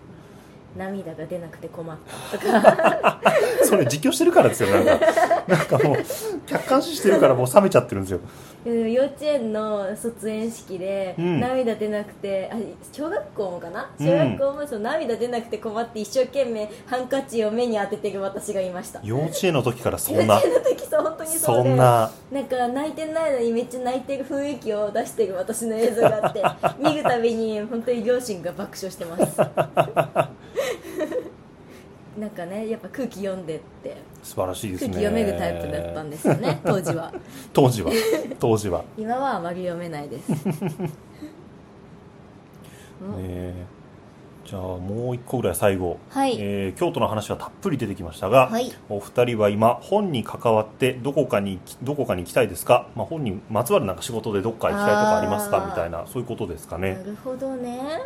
[SPEAKER 2] 涙が出なくて困った (laughs)
[SPEAKER 1] それ実況してるからですよなんかなんかもう客観視してるからもう冷めちゃってるんですよ
[SPEAKER 2] うん幼稚園の卒園式で
[SPEAKER 1] うん
[SPEAKER 2] 涙出なくて、あ小学校もかな
[SPEAKER 1] うん
[SPEAKER 2] 小学校もその涙出なくて困って一生懸命ハンカチを目に当ててる私がいました
[SPEAKER 1] 幼稚園の時からそ
[SPEAKER 2] (laughs) 幼
[SPEAKER 1] んな
[SPEAKER 2] 稚園の時そう本当にそう
[SPEAKER 1] そ
[SPEAKER 2] で
[SPEAKER 1] んな
[SPEAKER 2] なんか泣いてないのにめっちゃ泣いてる雰囲気を出してる私の映像があっ
[SPEAKER 1] (laughs)
[SPEAKER 2] て見るたびに本当に両親が爆笑してますなんかねやっぱ空気読んでって
[SPEAKER 1] 素晴らしいです
[SPEAKER 2] 空
[SPEAKER 1] ね
[SPEAKER 2] 気読めるタイプだったんです
[SPEAKER 1] (laughs)
[SPEAKER 2] よね当時は
[SPEAKER 1] 当時は当時はね
[SPEAKER 2] 今はあまり読めない
[SPEAKER 1] (laughs)
[SPEAKER 2] です、うん
[SPEAKER 1] えじゃあもう一個ぐらい最後、
[SPEAKER 2] はい
[SPEAKER 1] えー京都の話はたっぷり出てきましたが、
[SPEAKER 2] はい
[SPEAKER 1] お二人は今本に関わってどこかに行きどこかに行きたいですか、まあ、本にまつわるなんか仕事でどっか行きたいとかあります
[SPEAKER 2] あ
[SPEAKER 1] か
[SPEAKER 2] ー
[SPEAKER 1] みたいなそういうことですかね
[SPEAKER 2] なるほどね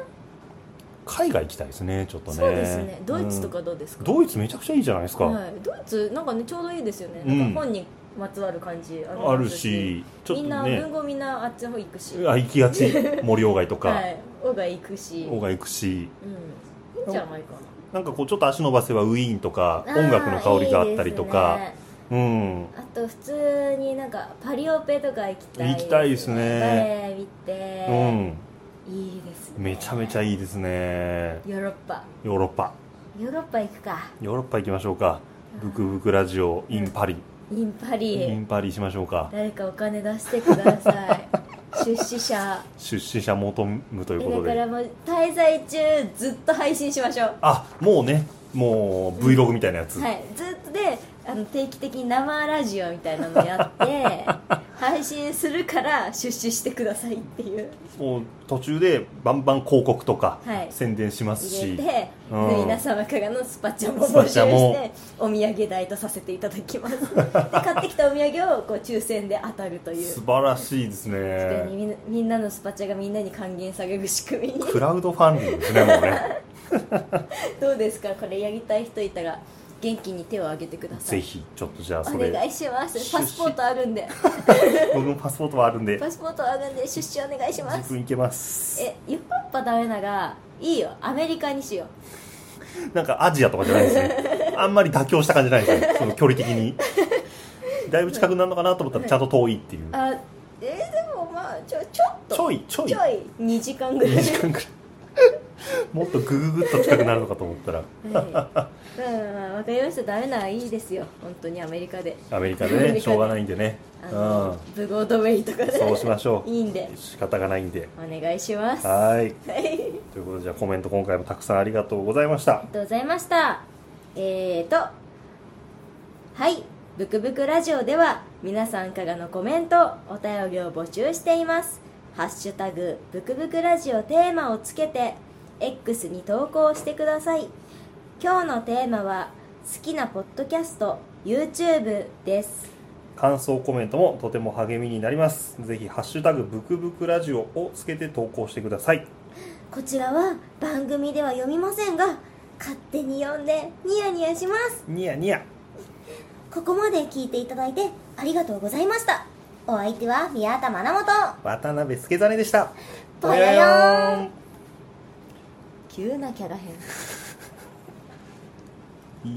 [SPEAKER 1] 海外行きたいですねちょっとね
[SPEAKER 2] そうですねドイツと
[SPEAKER 1] う
[SPEAKER 2] かどうですか、
[SPEAKER 1] んドイツめちゃくちゃいいじゃないですか、
[SPEAKER 2] はい、ドイツなんかねちょうどいいですよね、
[SPEAKER 1] うん
[SPEAKER 2] なんか本にまつわる感じあります
[SPEAKER 1] あるしちょっ
[SPEAKER 2] み
[SPEAKER 1] と
[SPEAKER 2] んな
[SPEAKER 1] ね
[SPEAKER 2] 文豪みんなあっちの方行くし
[SPEAKER 1] あ行きがち
[SPEAKER 2] (laughs)
[SPEAKER 1] 森鴎外とか、
[SPEAKER 2] はい、オが行くし、
[SPEAKER 1] 鴎外行くし
[SPEAKER 2] うん、いいんじゃないか
[SPEAKER 1] なんかこうちょっと足伸ばせばウィーンとか
[SPEAKER 2] な。
[SPEAKER 1] 音楽の香りがあったりとか
[SPEAKER 2] いいですね
[SPEAKER 1] うん
[SPEAKER 2] あと普通になんかパリオペとか行きたい、
[SPEAKER 1] 行きたいですね
[SPEAKER 2] バレエ見
[SPEAKER 1] う
[SPEAKER 2] て、
[SPEAKER 1] ん
[SPEAKER 2] いいですね。
[SPEAKER 1] めちゃめちゃいいですね
[SPEAKER 2] ヨーロッパ、
[SPEAKER 1] ヨーロッパ
[SPEAKER 2] ヨーロッパ行くか。
[SPEAKER 1] ヨーロッパ行きましょうかブクブクラジオインパリ
[SPEAKER 2] インパ
[SPEAKER 1] イ
[SPEAKER 2] リ、
[SPEAKER 1] ンパリしましょうか
[SPEAKER 2] 誰かお金出してください。出資者。
[SPEAKER 1] 出資者求むという
[SPEAKER 2] え
[SPEAKER 1] こ
[SPEAKER 2] だ
[SPEAKER 1] と
[SPEAKER 2] から
[SPEAKER 1] で
[SPEAKER 2] もう滞在中ずっと配信しましょう。
[SPEAKER 1] あもうねもう Vlog みたいなやつ、
[SPEAKER 2] はい、ずっとであの定期的に生ラジオみたいなのやって
[SPEAKER 1] (laughs)
[SPEAKER 2] 配信するから出資してくださいっていう
[SPEAKER 1] もう途中でバンバン広告とか
[SPEAKER 2] はい
[SPEAKER 1] 宣伝しますし、
[SPEAKER 2] 入れて、
[SPEAKER 1] うん
[SPEAKER 2] 皆様からのスパチャも
[SPEAKER 1] ス
[SPEAKER 2] 募
[SPEAKER 1] パ
[SPEAKER 2] 集し
[SPEAKER 1] チャも
[SPEAKER 2] てお土産代とさせていただきま
[SPEAKER 1] (laughs)
[SPEAKER 2] すで買ってきたお土産をこう抽選で当たるという
[SPEAKER 1] 素晴らしいです
[SPEAKER 2] でみ
[SPEAKER 1] ね
[SPEAKER 2] んなみんなのスパチャがみんなに還元される仕組み
[SPEAKER 1] クラウドファンディングですねもうね
[SPEAKER 2] (laughs) どうですかこれやりたい人いたら元気に手を挙げてくださ
[SPEAKER 1] ぜ
[SPEAKER 2] い
[SPEAKER 1] ひちょっとじゃあそ
[SPEAKER 2] お
[SPEAKER 1] れ
[SPEAKER 2] 願いします
[SPEAKER 1] 出資
[SPEAKER 2] パスポートあるんで
[SPEAKER 1] 僕もパスポートはあるんで
[SPEAKER 2] パスポートあるんで出資お願いします
[SPEAKER 1] 自分行けます
[SPEAKER 2] えヨーロッパダメならいいよアメリカにしよ
[SPEAKER 1] なんかアジアとかじゃないですねあんまり妥協した感じじゃないですねその距離的にだいぶ近くなるのかなと思ったらちゃんと遠いっていう
[SPEAKER 2] うあえーでもまあちょちょっと
[SPEAKER 1] ちょいちょい
[SPEAKER 2] ちょい2時間ぐらい
[SPEAKER 1] 2時
[SPEAKER 2] (laughs)
[SPEAKER 1] 間くらいもっとグググッと近くなるのかと思ったら
[SPEAKER 2] はい、うんまあわかりましたダメならいいですよ本当にアメリカで
[SPEAKER 1] アメリカで
[SPEAKER 2] アメリカ
[SPEAKER 1] ね
[SPEAKER 2] で
[SPEAKER 1] しょうがないんでね
[SPEAKER 2] あの、
[SPEAKER 1] う
[SPEAKER 2] ブロードウェイとかで
[SPEAKER 1] んそうしましょう
[SPEAKER 2] いいんで
[SPEAKER 1] 仕方がないんで
[SPEAKER 2] お願いしますあ
[SPEAKER 1] はいということでじゃあコメント今回もたくさんありがとうございました
[SPEAKER 2] りがとうございましたえーとはいブクブクラジオでは皆さんからのコメントお便りを募集していますハッシュタグブクブクラジオテーマをつけて X に投稿してください今日のテーマは好きなポッドキャスト YouTube です
[SPEAKER 1] 感想コメントもとても励みになりますぜひハッシュタグブクブクラジオ」をつけて投稿してください
[SPEAKER 2] こちらは番組では読みませんが勝手に読んでニヤニヤします
[SPEAKER 1] ニヤニヤ
[SPEAKER 2] ここまで聞いていただいてありがとうございましたお相手は宮田真奈本
[SPEAKER 1] 渡辺助真でした
[SPEAKER 2] ぽよよん急なキャラ変